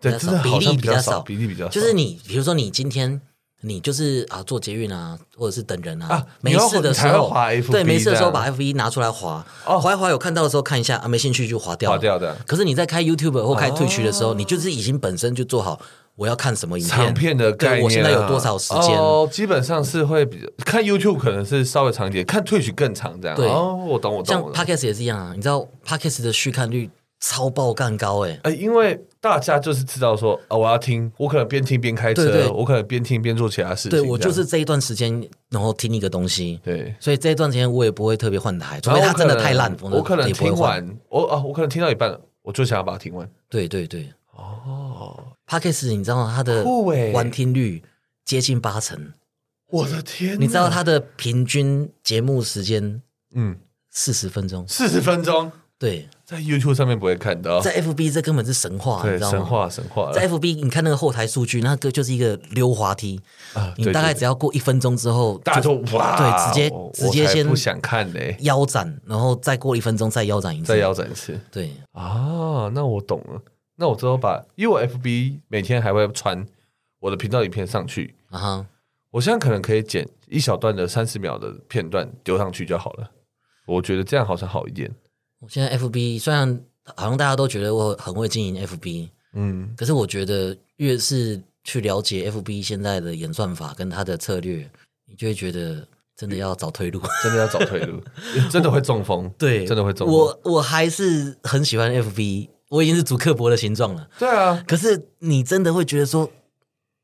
Speaker 2: 对，
Speaker 1: 比较
Speaker 2: 真
Speaker 1: 少
Speaker 2: 的好像
Speaker 1: 比例比较
Speaker 2: 较
Speaker 1: 少
Speaker 2: 比例比较少。
Speaker 1: 就是你，比如说你今天你就是啊做捷运啊，或者是等人啊，
Speaker 2: 啊
Speaker 1: 没事的时
Speaker 2: 你要
Speaker 1: 候
Speaker 2: 滑你才会滑 FB
Speaker 1: 对，没事的时候
Speaker 2: 这
Speaker 1: 把 FB 拿出来滑，滑一滑有看到的时候看一下啊，没兴趣就划掉，
Speaker 2: 划掉的。
Speaker 1: 可是你在开 YouTube 或
Speaker 2: 哦
Speaker 1: 开 Twitch 的时候，你就是已经本身就做好我要看什么影片，
Speaker 2: 长片的概念、啊，
Speaker 1: 对我现在有多少时间？
Speaker 2: 哦，基本上是会比较看 YouTube 可能是稍微长一点，看 Twitch 更长这样。
Speaker 1: 对
Speaker 2: 哦，我懂，我
Speaker 1: 像
Speaker 2: 懂。我懂
Speaker 1: Podcast 也是一样啊，你知道 Podcast 的续看率超爆干高哎、
Speaker 2: 呃，因为大家就是知道说，啊，我要听，我可能边听边开车，
Speaker 1: 对对
Speaker 2: 我可能边听边做其他事情。
Speaker 1: 对我
Speaker 2: 这
Speaker 1: 就
Speaker 2: 样
Speaker 1: 是这一段时间，然后听一个东西，
Speaker 2: 对。
Speaker 1: 所以这一段时间我也不会特别换台，除
Speaker 2: 然
Speaker 1: 非
Speaker 2: 后
Speaker 1: 它真的
Speaker 2: 我可能
Speaker 1: 太烂，
Speaker 2: 我可能
Speaker 1: 也不会
Speaker 2: 听
Speaker 1: 换。
Speaker 2: 完，我啊，我可能听到一半，我就想要把它听完。
Speaker 1: 对对对
Speaker 2: 哦，
Speaker 1: ，Podcast 你知道它的
Speaker 2: 酷欸
Speaker 1: 完听率接近八成，
Speaker 2: 我的天哪！
Speaker 1: 你知道它的平均节目时间
Speaker 2: 嗯，
Speaker 1: 四十分钟，
Speaker 2: 四十分钟
Speaker 1: 对，
Speaker 2: 在 YouTube 上面不会看到，
Speaker 1: 在 FB 这根本是神话，你
Speaker 2: 哦对
Speaker 1: 知道
Speaker 2: 神
Speaker 1: 吗？
Speaker 2: 话神话
Speaker 1: 在 FB 你看那个后台数据，那个就是一个溜滑梯，
Speaker 2: 啊
Speaker 1: 你大概只要过一分钟之后，
Speaker 2: 大家就哇，
Speaker 1: 对，直接
Speaker 2: 我
Speaker 1: 直接
Speaker 2: 我才
Speaker 1: 先
Speaker 2: 不想看嘞、
Speaker 1: 腰斩，然后再过一分钟再腰斩一次，
Speaker 2: 再腰斩一次
Speaker 1: 对，
Speaker 2: 啊，那我懂了。那我之后把，因为我 FB 每天还会传我的频道影片上去，
Speaker 1: 啊哈，
Speaker 2: 我现在可能可以剪一小段的三十秒的片段丢上去就好了。我觉得这样好像好一点。
Speaker 1: 我现在 FB 虽然好像大家都觉得我很会经营 FB，
Speaker 2: 嗯，
Speaker 1: 可是我觉得越是去了解 FB 现在的演算法跟它的策略，你就会觉得
Speaker 2: 嗯
Speaker 1: 真的要找退路。
Speaker 2: 真的要找退路，真的会中风，
Speaker 1: 对，
Speaker 2: 真的会中风。
Speaker 1: 我我还是很喜欢 FB，我已经是主刻薄的形状了。
Speaker 2: 对啊，
Speaker 1: 可是你真的会觉得说，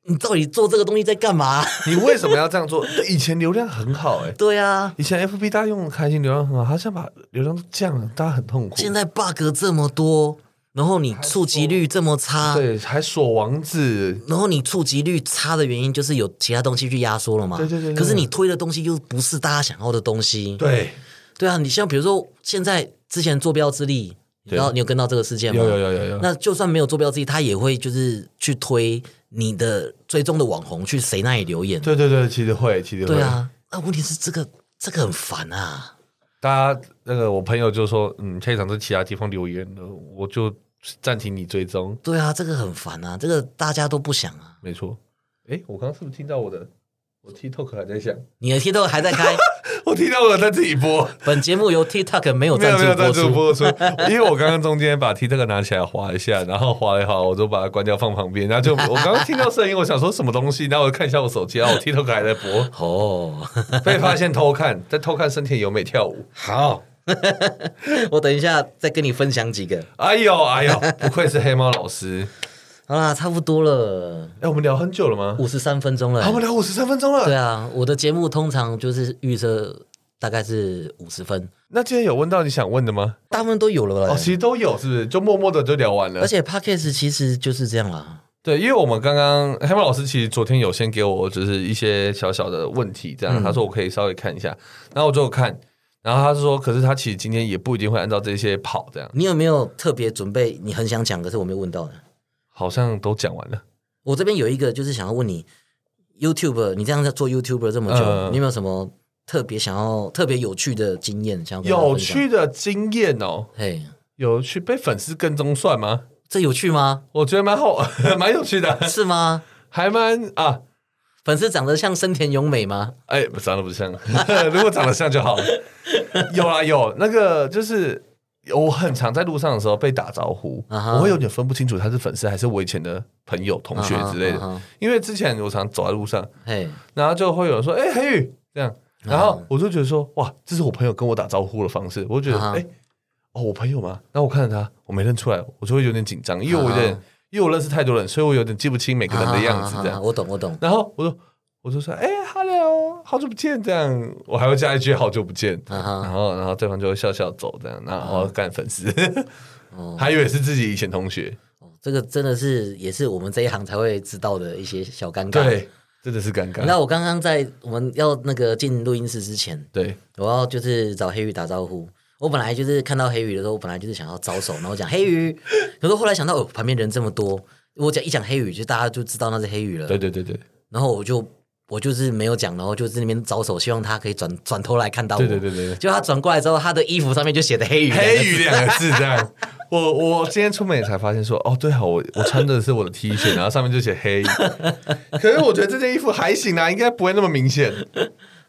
Speaker 1: 你到底做这个东西在干 嘛？
Speaker 2: 你为什么要这样做？以前流量很好哎、
Speaker 1: 对啊，
Speaker 2: 以前 FB 大家用得开心，流量很好，他现在把流量降了，大家很痛苦。
Speaker 1: 现在 bug 这么多，然后你触及率这么差，
Speaker 2: 对，还锁王子，
Speaker 1: 然后你触及率差的原因就是有其他东西去压缩了嘛。
Speaker 2: 对对对对
Speaker 1: 可是你推的东西又不是大家想要的东西。
Speaker 2: 对，
Speaker 1: 对啊，你像比如说现在之前坐标之力，你知道
Speaker 2: 对
Speaker 1: 你有跟到这个事件吗？
Speaker 2: 有有有有有，
Speaker 1: 那就算没有坐标之力，他也会就是去推你的追踪的网红去谁那里留言。
Speaker 2: 对对对，其实会，其实会。
Speaker 1: 对，啊，那问题是这个这个很烦啊。
Speaker 2: 大家那个我朋友就说，嗯，现场在其他地方留言了，我就暂停你追踪。
Speaker 1: 对啊，这个很烦啊，这个大家都不想啊。
Speaker 2: 没错，诶，我刚刚是不是听到我的？我 TikTok 还在响，
Speaker 1: 你的 TikTok 还在开，
Speaker 2: 我听到我在自己播，
Speaker 1: 本节目由 TikTok 没有
Speaker 2: 没
Speaker 1: 赞
Speaker 2: 有没有
Speaker 1: 助播
Speaker 2: 在主
Speaker 1: 出。
Speaker 2: 播出，因为我刚刚中间把 TikTok 拿起来划一下，然后划一划，我就把它关掉放旁边，然后 就我刚刚听到声音，我想说什么东西，然后我看一下我手机，啊然后我 TikTok 还在 播，
Speaker 1: 哦，
Speaker 2: 被发现偷看，在偷看森田由美跳舞。
Speaker 1: 好，我等一下再跟你分享几个。
Speaker 2: 哎呦哎呦，不愧是黑猫老师。
Speaker 1: 好啦，差不多了，
Speaker 2: 哎、我们聊很久了吗？
Speaker 1: 五十三分钟了、
Speaker 2: 啊我们聊五十三分钟了。
Speaker 1: 对啊，我的节目通常就是预测大概是五十分，
Speaker 2: 那今天有问到你想问的吗？
Speaker 1: 大部分都有了啦。
Speaker 2: 哦，其实都有，是不是？就默默的就聊完了
Speaker 1: 呃而。且 Podcast 其实就是这样啦。
Speaker 2: 对，因为我们刚刚黑猫老师其实昨天有先给我就是一些小小的问题，这
Speaker 1: 嗯
Speaker 2: 样、他说我可以稍微看一下，然后我就有看，然后他是说，可是他其实今天也不一定会按照这些跑，这样
Speaker 1: 你有没有特别准备？你很想讲，可是我没有问到的。
Speaker 2: 好像都讲完了。
Speaker 1: 我这边有一个，就是想要问你，YouTube，你这样在做 YouTuber 这么久，
Speaker 2: 嗯
Speaker 1: 你有没有什么特别想要、特别有趣的经验想要跟大家
Speaker 2: 有
Speaker 1: 分享？
Speaker 2: 趣的经验哦，
Speaker 1: 嘿，
Speaker 2: 有趣被粉丝跟踪算吗？
Speaker 1: 这有趣 吗？
Speaker 2: 我觉得蛮好，蛮有趣的，
Speaker 1: 是吗？
Speaker 2: 还蛮啊，
Speaker 1: 粉丝长得像森田勇美吗？
Speaker 2: 哎、长得不像， 如果长得像 就好了。有啊，有那个就是我很常在路上的时候被打招呼
Speaker 1: 啊哈
Speaker 2: 我会有点分不清楚他是粉丝还是我以前的朋友、同学之类的。
Speaker 1: 啊哈啊哈
Speaker 2: 因为之前我常走在路上，
Speaker 1: 嘿，
Speaker 2: 然后就会有人说：“哎、黑宇这
Speaker 1: 啊
Speaker 2: 样。”然后我就觉得说：“哇，这是我朋友跟我打招呼的方式。”我就觉得：“
Speaker 1: 啊
Speaker 2: 哎、
Speaker 1: 哈
Speaker 2: 哦，我朋友嘛。”那我看着他，我没认出来，我就会有点紧张，因为我有点
Speaker 1: 啊
Speaker 2: 因为我认识太多人，所以我有点记不清每个人的样
Speaker 1: 啊哈啊
Speaker 2: 子
Speaker 1: 哈啊哈
Speaker 2: 这样。
Speaker 1: 我懂，我懂。
Speaker 2: 然后我就我就说，哎、h e l l o 好久不见，这样，我还会加一句好久不见，
Speaker 1: 啊哈
Speaker 2: 然后然后对方就会笑笑走这样，然后我干粉丝，
Speaker 1: 哦
Speaker 2: 还以为是自己以前同学，
Speaker 1: 哦这个真的是也是我们这一行才会知道的一些小尴尬。，
Speaker 2: 对，真的是尴
Speaker 1: 你知道
Speaker 2: 尬，
Speaker 1: 我刚刚在我们要那个进录音室之前，
Speaker 2: 对，
Speaker 1: 我要就是找黑玉打招呼，我本来就是看到黑鱼的时候，我本来就是想要招手，然后讲黑 鱼，可是后来想到哦，旁边人这么多，我讲一讲黑鱼，就大家就知道那是黑鱼了。
Speaker 2: 对对对对
Speaker 1: 然后我就我就是没有讲，然后就在那边招手，希望他可以转转头来看到我。
Speaker 2: 对对对对对
Speaker 1: 就他转过来之后，他的衣服上面就写的黑鱼。
Speaker 2: 黑鱼两个字这样。 我我今天出门也才发现说，哦，对啊，我我穿的是我的 T 恤，然后上面就写 黑鱼。可是我觉得这件衣服还行啊，应该不会那么明显。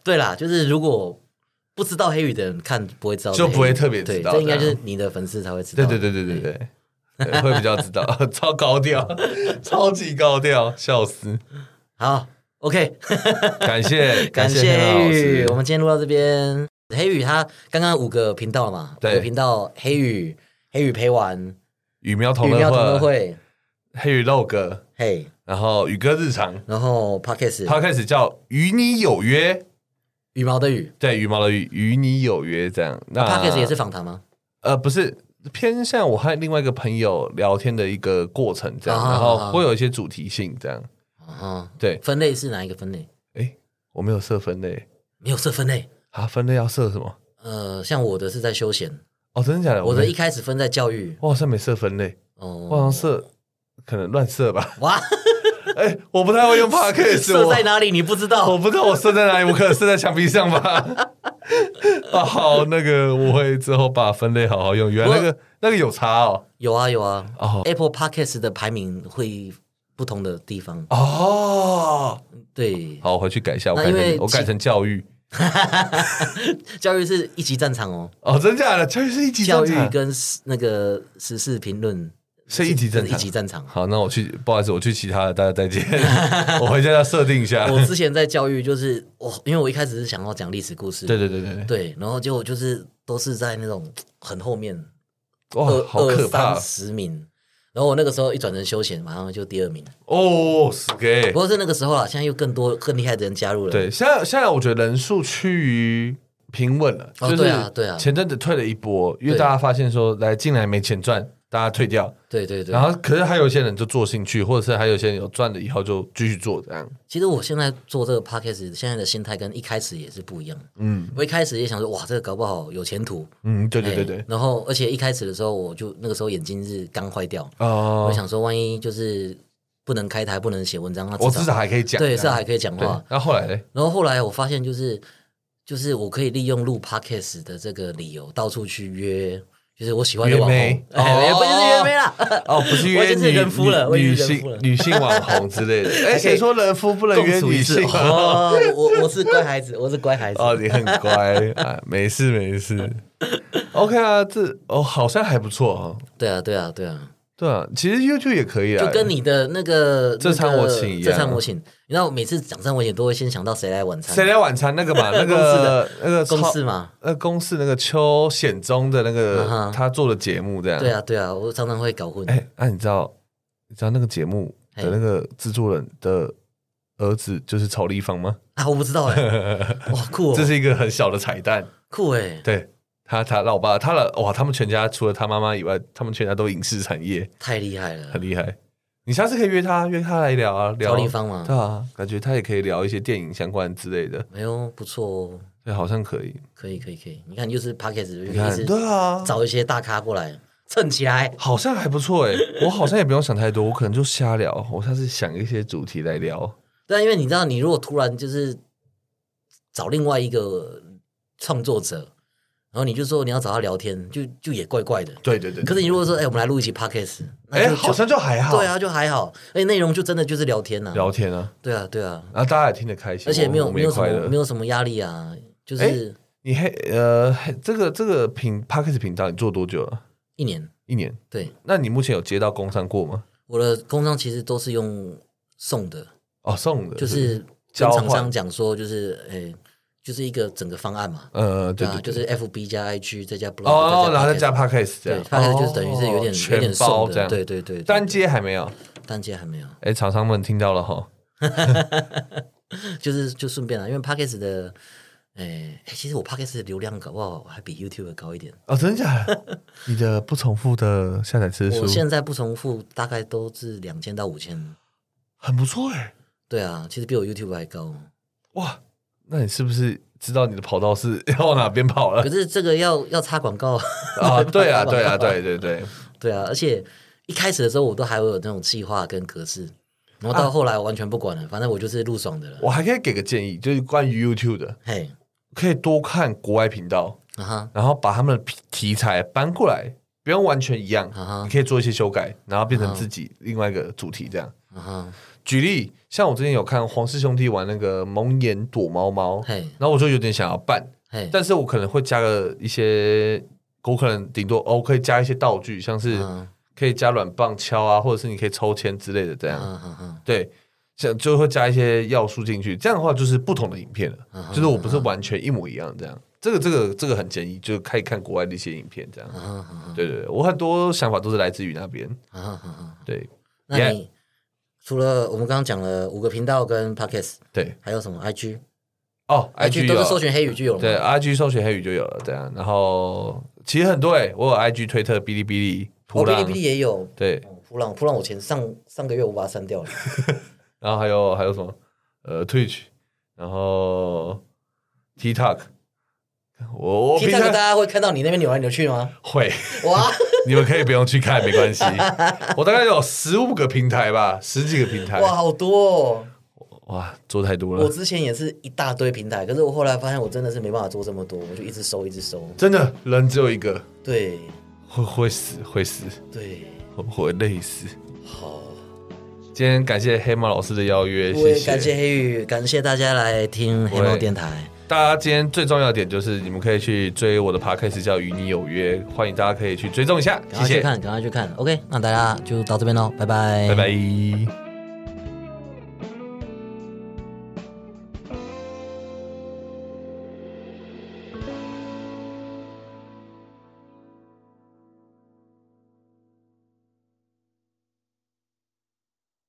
Speaker 1: 对啦，就是如果不知道黑鱼的人看不会知道是黑
Speaker 2: 就
Speaker 1: 鱼，
Speaker 2: 不会特别知道
Speaker 1: 对，这应该
Speaker 2: 这
Speaker 1: 就
Speaker 2: 样
Speaker 1: 是你的粉丝才会知道。
Speaker 2: 对对对对对对。对会比较知道， 超高调，超级高调，笑死！
Speaker 1: 好，OK，
Speaker 2: 感谢
Speaker 1: 感
Speaker 2: 谢黑老
Speaker 1: 黑
Speaker 2: 师
Speaker 1: 鱼，我们今天录到这边。黑鱼他刚刚五个频道了嘛？
Speaker 2: 对
Speaker 1: 五个频道黑鱼、黑鱼陪玩、
Speaker 2: 羽喵同
Speaker 1: 鱼
Speaker 2: 乐
Speaker 1: 喵同乐
Speaker 2: 会、
Speaker 1: 会，
Speaker 2: 黑鱼肉哥，
Speaker 1: 嘿，
Speaker 2: 然后宇哥日常，
Speaker 1: 然后 Pockets
Speaker 2: 他开始叫与你有约，
Speaker 1: 羽毛的羽
Speaker 2: 对，羽毛的羽，与你有约这样。那
Speaker 1: ，Pockets 也是访谈吗？
Speaker 2: 呃，不是偏向我和另外一个朋友聊天的一个过程，这样，
Speaker 1: 啊啊
Speaker 2: 然
Speaker 1: 啊
Speaker 2: 后会有一些主题性，这样。
Speaker 1: 啊，
Speaker 2: 对，
Speaker 1: 分类是哪一个分类？
Speaker 2: 哎，我没有设分类
Speaker 1: 没有设分类。
Speaker 2: 啊，分类要设什么？
Speaker 1: 呃，像我的是在休闲，
Speaker 2: 哦，真的假的？
Speaker 1: 我的
Speaker 2: 没
Speaker 1: 一开始分在教育。
Speaker 2: 我好像没设分类，我好
Speaker 1: 哦
Speaker 2: 像，设可能乱设吧。
Speaker 1: 哇，
Speaker 2: 哎，我不太会用 podcast，
Speaker 1: 设
Speaker 2: 我
Speaker 1: 在哪里你不知
Speaker 2: 哦我
Speaker 1: 道？
Speaker 2: 不知道我设在哪里，我可能设在墙壁上吧。 啊，好，那个我会之后把分类好好用。原来那个那个有差哦。
Speaker 1: 有啊有啊
Speaker 2: 哦
Speaker 1: ，Apple Podcast 的排名会不同的地方。
Speaker 2: 哦，
Speaker 1: 对，
Speaker 2: 好，我回去改一下，我
Speaker 1: 那
Speaker 2: 改
Speaker 1: 因为
Speaker 2: 成我
Speaker 1: 其
Speaker 2: 改成教育。
Speaker 1: 教育是一级战场哦，
Speaker 2: 哦，真假的？教育是一级
Speaker 1: 教
Speaker 2: 战
Speaker 1: 育
Speaker 2: 场。
Speaker 1: 跟时那个时事评论
Speaker 2: 是一级战场
Speaker 1: 一级战场。
Speaker 2: 好，那我去，不好意思，我去其他的，大家 再见。我回家要设定一下。
Speaker 1: 我之前在教育就是我，因为我一开始是想要讲历史故事，
Speaker 2: 对对对对对，
Speaker 1: 对，然后结果就是都是在那种很后面，
Speaker 2: 哇，
Speaker 1: 二
Speaker 2: 好可
Speaker 1: 二
Speaker 2: 怕
Speaker 1: 三十名。然后我那个时候一转成休闲，马上就第二名。
Speaker 2: 哦，死 gay
Speaker 1: 不。过是那个时候啊，现在又更多更厉害的人加入了。
Speaker 2: 对，现在现在我觉得人数趋于平稳了，
Speaker 1: 哦
Speaker 2: 就是
Speaker 1: 对啊对啊
Speaker 2: 前阵子退了一波，因为
Speaker 1: 对
Speaker 2: 大家发现说来进来没钱赚，大家退掉，
Speaker 1: 对对对
Speaker 2: 然后可是还有一些人就做兴趣，或者是还有一些人有赚了以后就继续做这样。
Speaker 1: 其实我现在做这个 podcast，现在的心态跟一开始也是不一样。
Speaker 2: 嗯
Speaker 1: 我一开始也想说，哇，这个搞不好有前途。
Speaker 2: 嗯，对对对
Speaker 1: 哎
Speaker 2: 对，
Speaker 1: 然后，而且一开始的时候，我就那个时候眼睛是刚坏掉，我
Speaker 2: 哦，
Speaker 1: 想说，万一就是不能开台，不能写文章，那
Speaker 2: 我至少还可以讲，
Speaker 1: 对，啊至
Speaker 2: 这
Speaker 1: 少
Speaker 2: 样
Speaker 1: 还可以讲
Speaker 2: 对
Speaker 1: 话。。
Speaker 2: 那后来嘞，
Speaker 1: 然后后来我发现，就是就是我可以利用录 podcast 的这个理由，到处去约，就是我喜欢的网
Speaker 2: 约
Speaker 1: 红
Speaker 2: 妹，
Speaker 1: 哎也不就是约妹啦，
Speaker 2: 哦，不是
Speaker 1: 我
Speaker 2: 约
Speaker 1: 已经是
Speaker 2: 女
Speaker 1: 人夫了我
Speaker 2: 女
Speaker 1: 已经
Speaker 2: 女
Speaker 1: 是人夫
Speaker 2: 性
Speaker 1: 了
Speaker 2: 女性网红之 类的。哎，谁说人夫不能
Speaker 1: 共
Speaker 2: 约
Speaker 1: 处一
Speaker 2: 女
Speaker 1: 室。
Speaker 2: 性啊？
Speaker 1: 哦，我我是乖孩子，我是乖孩子。
Speaker 2: 哦，你很乖啊，没事没 事。OK 啊，这哦好像还不错哦。
Speaker 1: 对啊，对啊，对啊，
Speaker 2: 对啊，其实 YouTube 也可以啊，
Speaker 1: 就跟你的那个
Speaker 2: 这餐我请一样啊
Speaker 1: 这餐我请。你知道，我每次讲餐我请，都会先想到谁来晚餐，
Speaker 2: 谁来晚餐那个 嘛，那
Speaker 1: 公式
Speaker 2: 个那个
Speaker 1: 公
Speaker 2: 超
Speaker 1: 式嘛。
Speaker 2: 呃公式那个邱显宗的那
Speaker 1: 嗯
Speaker 2: 个
Speaker 1: 哼
Speaker 2: 他做的节目这样。
Speaker 1: 对，啊，对啊，我常常会搞混。
Speaker 2: 哎，那你知道你知道那个节目的那个制作人的儿子就是曹立芳吗？
Speaker 1: 啊，我不知道哎， 哇，酷
Speaker 2: 这
Speaker 1: 哦，
Speaker 2: 是一个很小的彩蛋。
Speaker 1: 酷哎，
Speaker 2: 对他，他老爸，他的哇，他们全家除了他妈妈以外，他们全家都影视产业
Speaker 1: 太厉害了
Speaker 2: 很。厉害。你下次可以约他，约他来聊啊，聊
Speaker 1: 曹立芳嘛
Speaker 2: 对啊，感觉他也可以聊一些电影相关之类的，
Speaker 1: 哎呦，不错哦，
Speaker 2: 对，好像可以。
Speaker 1: 可以，可以，可以。你看，就是 p a c k a g e
Speaker 2: 你
Speaker 1: 就
Speaker 2: 看
Speaker 1: 一，直
Speaker 2: 对啊，
Speaker 1: 找一些大咖过来蹭起来。
Speaker 2: 好像还不错哎、我好像也不用想太多，我可能就瞎聊，我下次想一些主题来聊。
Speaker 1: 但因为你知道，你如果突然就是找另外一个创作者，然后你就说你要找他聊天，就就也怪怪的。
Speaker 2: 对对对
Speaker 1: 可是你如果说，哎、我们来录一期 podcast，
Speaker 2: 哎、
Speaker 1: 那就
Speaker 2: 好像就还好，
Speaker 1: 对，啊，就还好。哎，内容就真的就是聊天呐、啊，
Speaker 2: 聊天啊，
Speaker 1: 对啊，对啊，
Speaker 2: 然后大家也听得开心，
Speaker 1: 而且没有
Speaker 2: 我
Speaker 1: 没
Speaker 2: 们也
Speaker 1: 有什
Speaker 2: 快
Speaker 1: 么没
Speaker 2: 乐。
Speaker 1: 有什么压力啊，就是
Speaker 2: 哎你黑呃，黑这个这个频 p a c k a g e 频道你做多久了？
Speaker 1: 一年。
Speaker 2: 一年。
Speaker 1: 对，
Speaker 2: 那你目前有接到工商过吗？
Speaker 1: 我的工商其实都是用送的，
Speaker 2: 哦，送的，
Speaker 1: 就是跟
Speaker 2: 交换
Speaker 1: 厂商讲说，就是哎、就是一个整个方案嘛。
Speaker 2: 呃，对
Speaker 1: 对
Speaker 2: 对
Speaker 1: 啊，
Speaker 2: 对，
Speaker 1: 就是 FB 加 IG 再加 blog，
Speaker 2: 哦，然后再
Speaker 1: 再
Speaker 2: 加
Speaker 1: podcast
Speaker 2: podcast 这
Speaker 1: 对
Speaker 2: 样，
Speaker 1: ，podcast 就是等于是有点、
Speaker 2: 哦
Speaker 1: 有点
Speaker 2: 全包
Speaker 1: 送
Speaker 2: 这
Speaker 1: 的，
Speaker 2: 样，
Speaker 1: 对对对，对
Speaker 2: 单接还没有，
Speaker 1: 单接还没有，
Speaker 2: 哎，厂商们听到了哈，
Speaker 1: 就是就顺便了，因为 podcast 的，诶、诶其实我 podcast 的流量搞不好还比 YouTube 高一点，
Speaker 2: 哦，真的 假的？你的不重复的下载次数
Speaker 1: 我现在不重复大概都是两千到五千，
Speaker 2: 很不错哎，
Speaker 1: 对啊，其实比我 YouTube 还高，
Speaker 2: 哇，那你是不是知道你的跑道是要往哪边跑了
Speaker 1: 可是这个要要插广告
Speaker 2: 啊？对啊，对啊，对对对，
Speaker 1: 对啊，而且一开始的时候我都还会有那种计划跟格式，然后到后来我完全不管了，反正我就是录爽的了。
Speaker 2: 我还可以给个建议，就是关于 YouTube 的，
Speaker 1: 嘿，
Speaker 2: 可以多看国外频道，
Speaker 1: 啊哈，
Speaker 2: 然后把他们的题题材搬过来，不用完全一样
Speaker 1: 啊哈，
Speaker 2: 你可以做一些修改，然后变成自己另外一个主题这样。
Speaker 1: 啊哈，
Speaker 2: 举例，像我之前有看黄氏兄弟玩那个蒙眼躲猫猫，
Speaker 1: 嘿
Speaker 2: 然后我就有点想要办，
Speaker 1: 嘿，
Speaker 2: 但是我可能会加个一些，我可能顶多哦可以加一些道具，像是
Speaker 1: 嗯
Speaker 2: 可以加软棒敲啊，或者是你可以抽签之类的这样。
Speaker 1: 嗯嗯嗯
Speaker 2: 对，像就会加一些要素进去，这样的话就是不同的影片
Speaker 1: 嗯
Speaker 2: 了，就是我不是完全一模一样这样。这个这个这个很建议，就是可以看国外的一些影片这样。
Speaker 1: 嗯嗯
Speaker 2: 对对对，我很多想法都是来自于那边。
Speaker 1: 嗯嗯嗯。
Speaker 2: 对
Speaker 1: 那你除了我们刚刚讲了五个频道跟 podcast，
Speaker 2: 对，
Speaker 1: 还有什么 IG？
Speaker 2: 哦
Speaker 1: IG
Speaker 2: ，IG
Speaker 1: 都
Speaker 2: 有
Speaker 1: 是搜寻黑语就有了哦
Speaker 2: 对啊
Speaker 1: 吗。
Speaker 2: ，IG 搜寻黑语就有了这样。然后其实很多诶，我有 IG、推特、哔哩哔哩、
Speaker 1: 我
Speaker 2: 普
Speaker 1: 哦哔
Speaker 2: 浪
Speaker 1: 哩哔，哩也有。
Speaker 2: 对，
Speaker 1: 哦普朗普朗，我前上上个月我把它删掉了。
Speaker 2: 然后还有还有什么呃 Twitch，然后 TikTok。我我
Speaker 1: T
Speaker 2: 平
Speaker 1: 上大
Speaker 2: 常
Speaker 1: 家会看到你那边扭来扭去 吗？
Speaker 2: 会，
Speaker 1: 哇，
Speaker 2: 你们可以不用去看，没关系。 我大概有十五个平台吧，十几个平台。
Speaker 1: 哇，
Speaker 2: 哇
Speaker 1: 好多哦！
Speaker 2: 做太多
Speaker 1: 我
Speaker 2: 了，
Speaker 1: 之前也是一大堆平台，可是我后来发现我真的是没办法做这么多，我就一直收，一直收。
Speaker 2: 真的人只有一个，
Speaker 1: 对
Speaker 2: 会会死，会死，
Speaker 1: 对，
Speaker 2: 会会累死。
Speaker 1: 好，
Speaker 2: 今天感谢黑猫老师的邀约，
Speaker 1: 我
Speaker 2: 谢
Speaker 1: 也感谢
Speaker 2: 谢
Speaker 1: 黑雨，感谢大家来听黑猫电台。
Speaker 2: 大家。今天最重要的点就是，你们可以去追我的 podcast 叫《与你有约》，欢迎大家可以去追踪一下，
Speaker 1: 赶
Speaker 2: 谢
Speaker 1: 快去
Speaker 2: 谢，
Speaker 1: 看，赶快去看。OK，那大家就到这边喽，拜拜，
Speaker 2: 拜拜。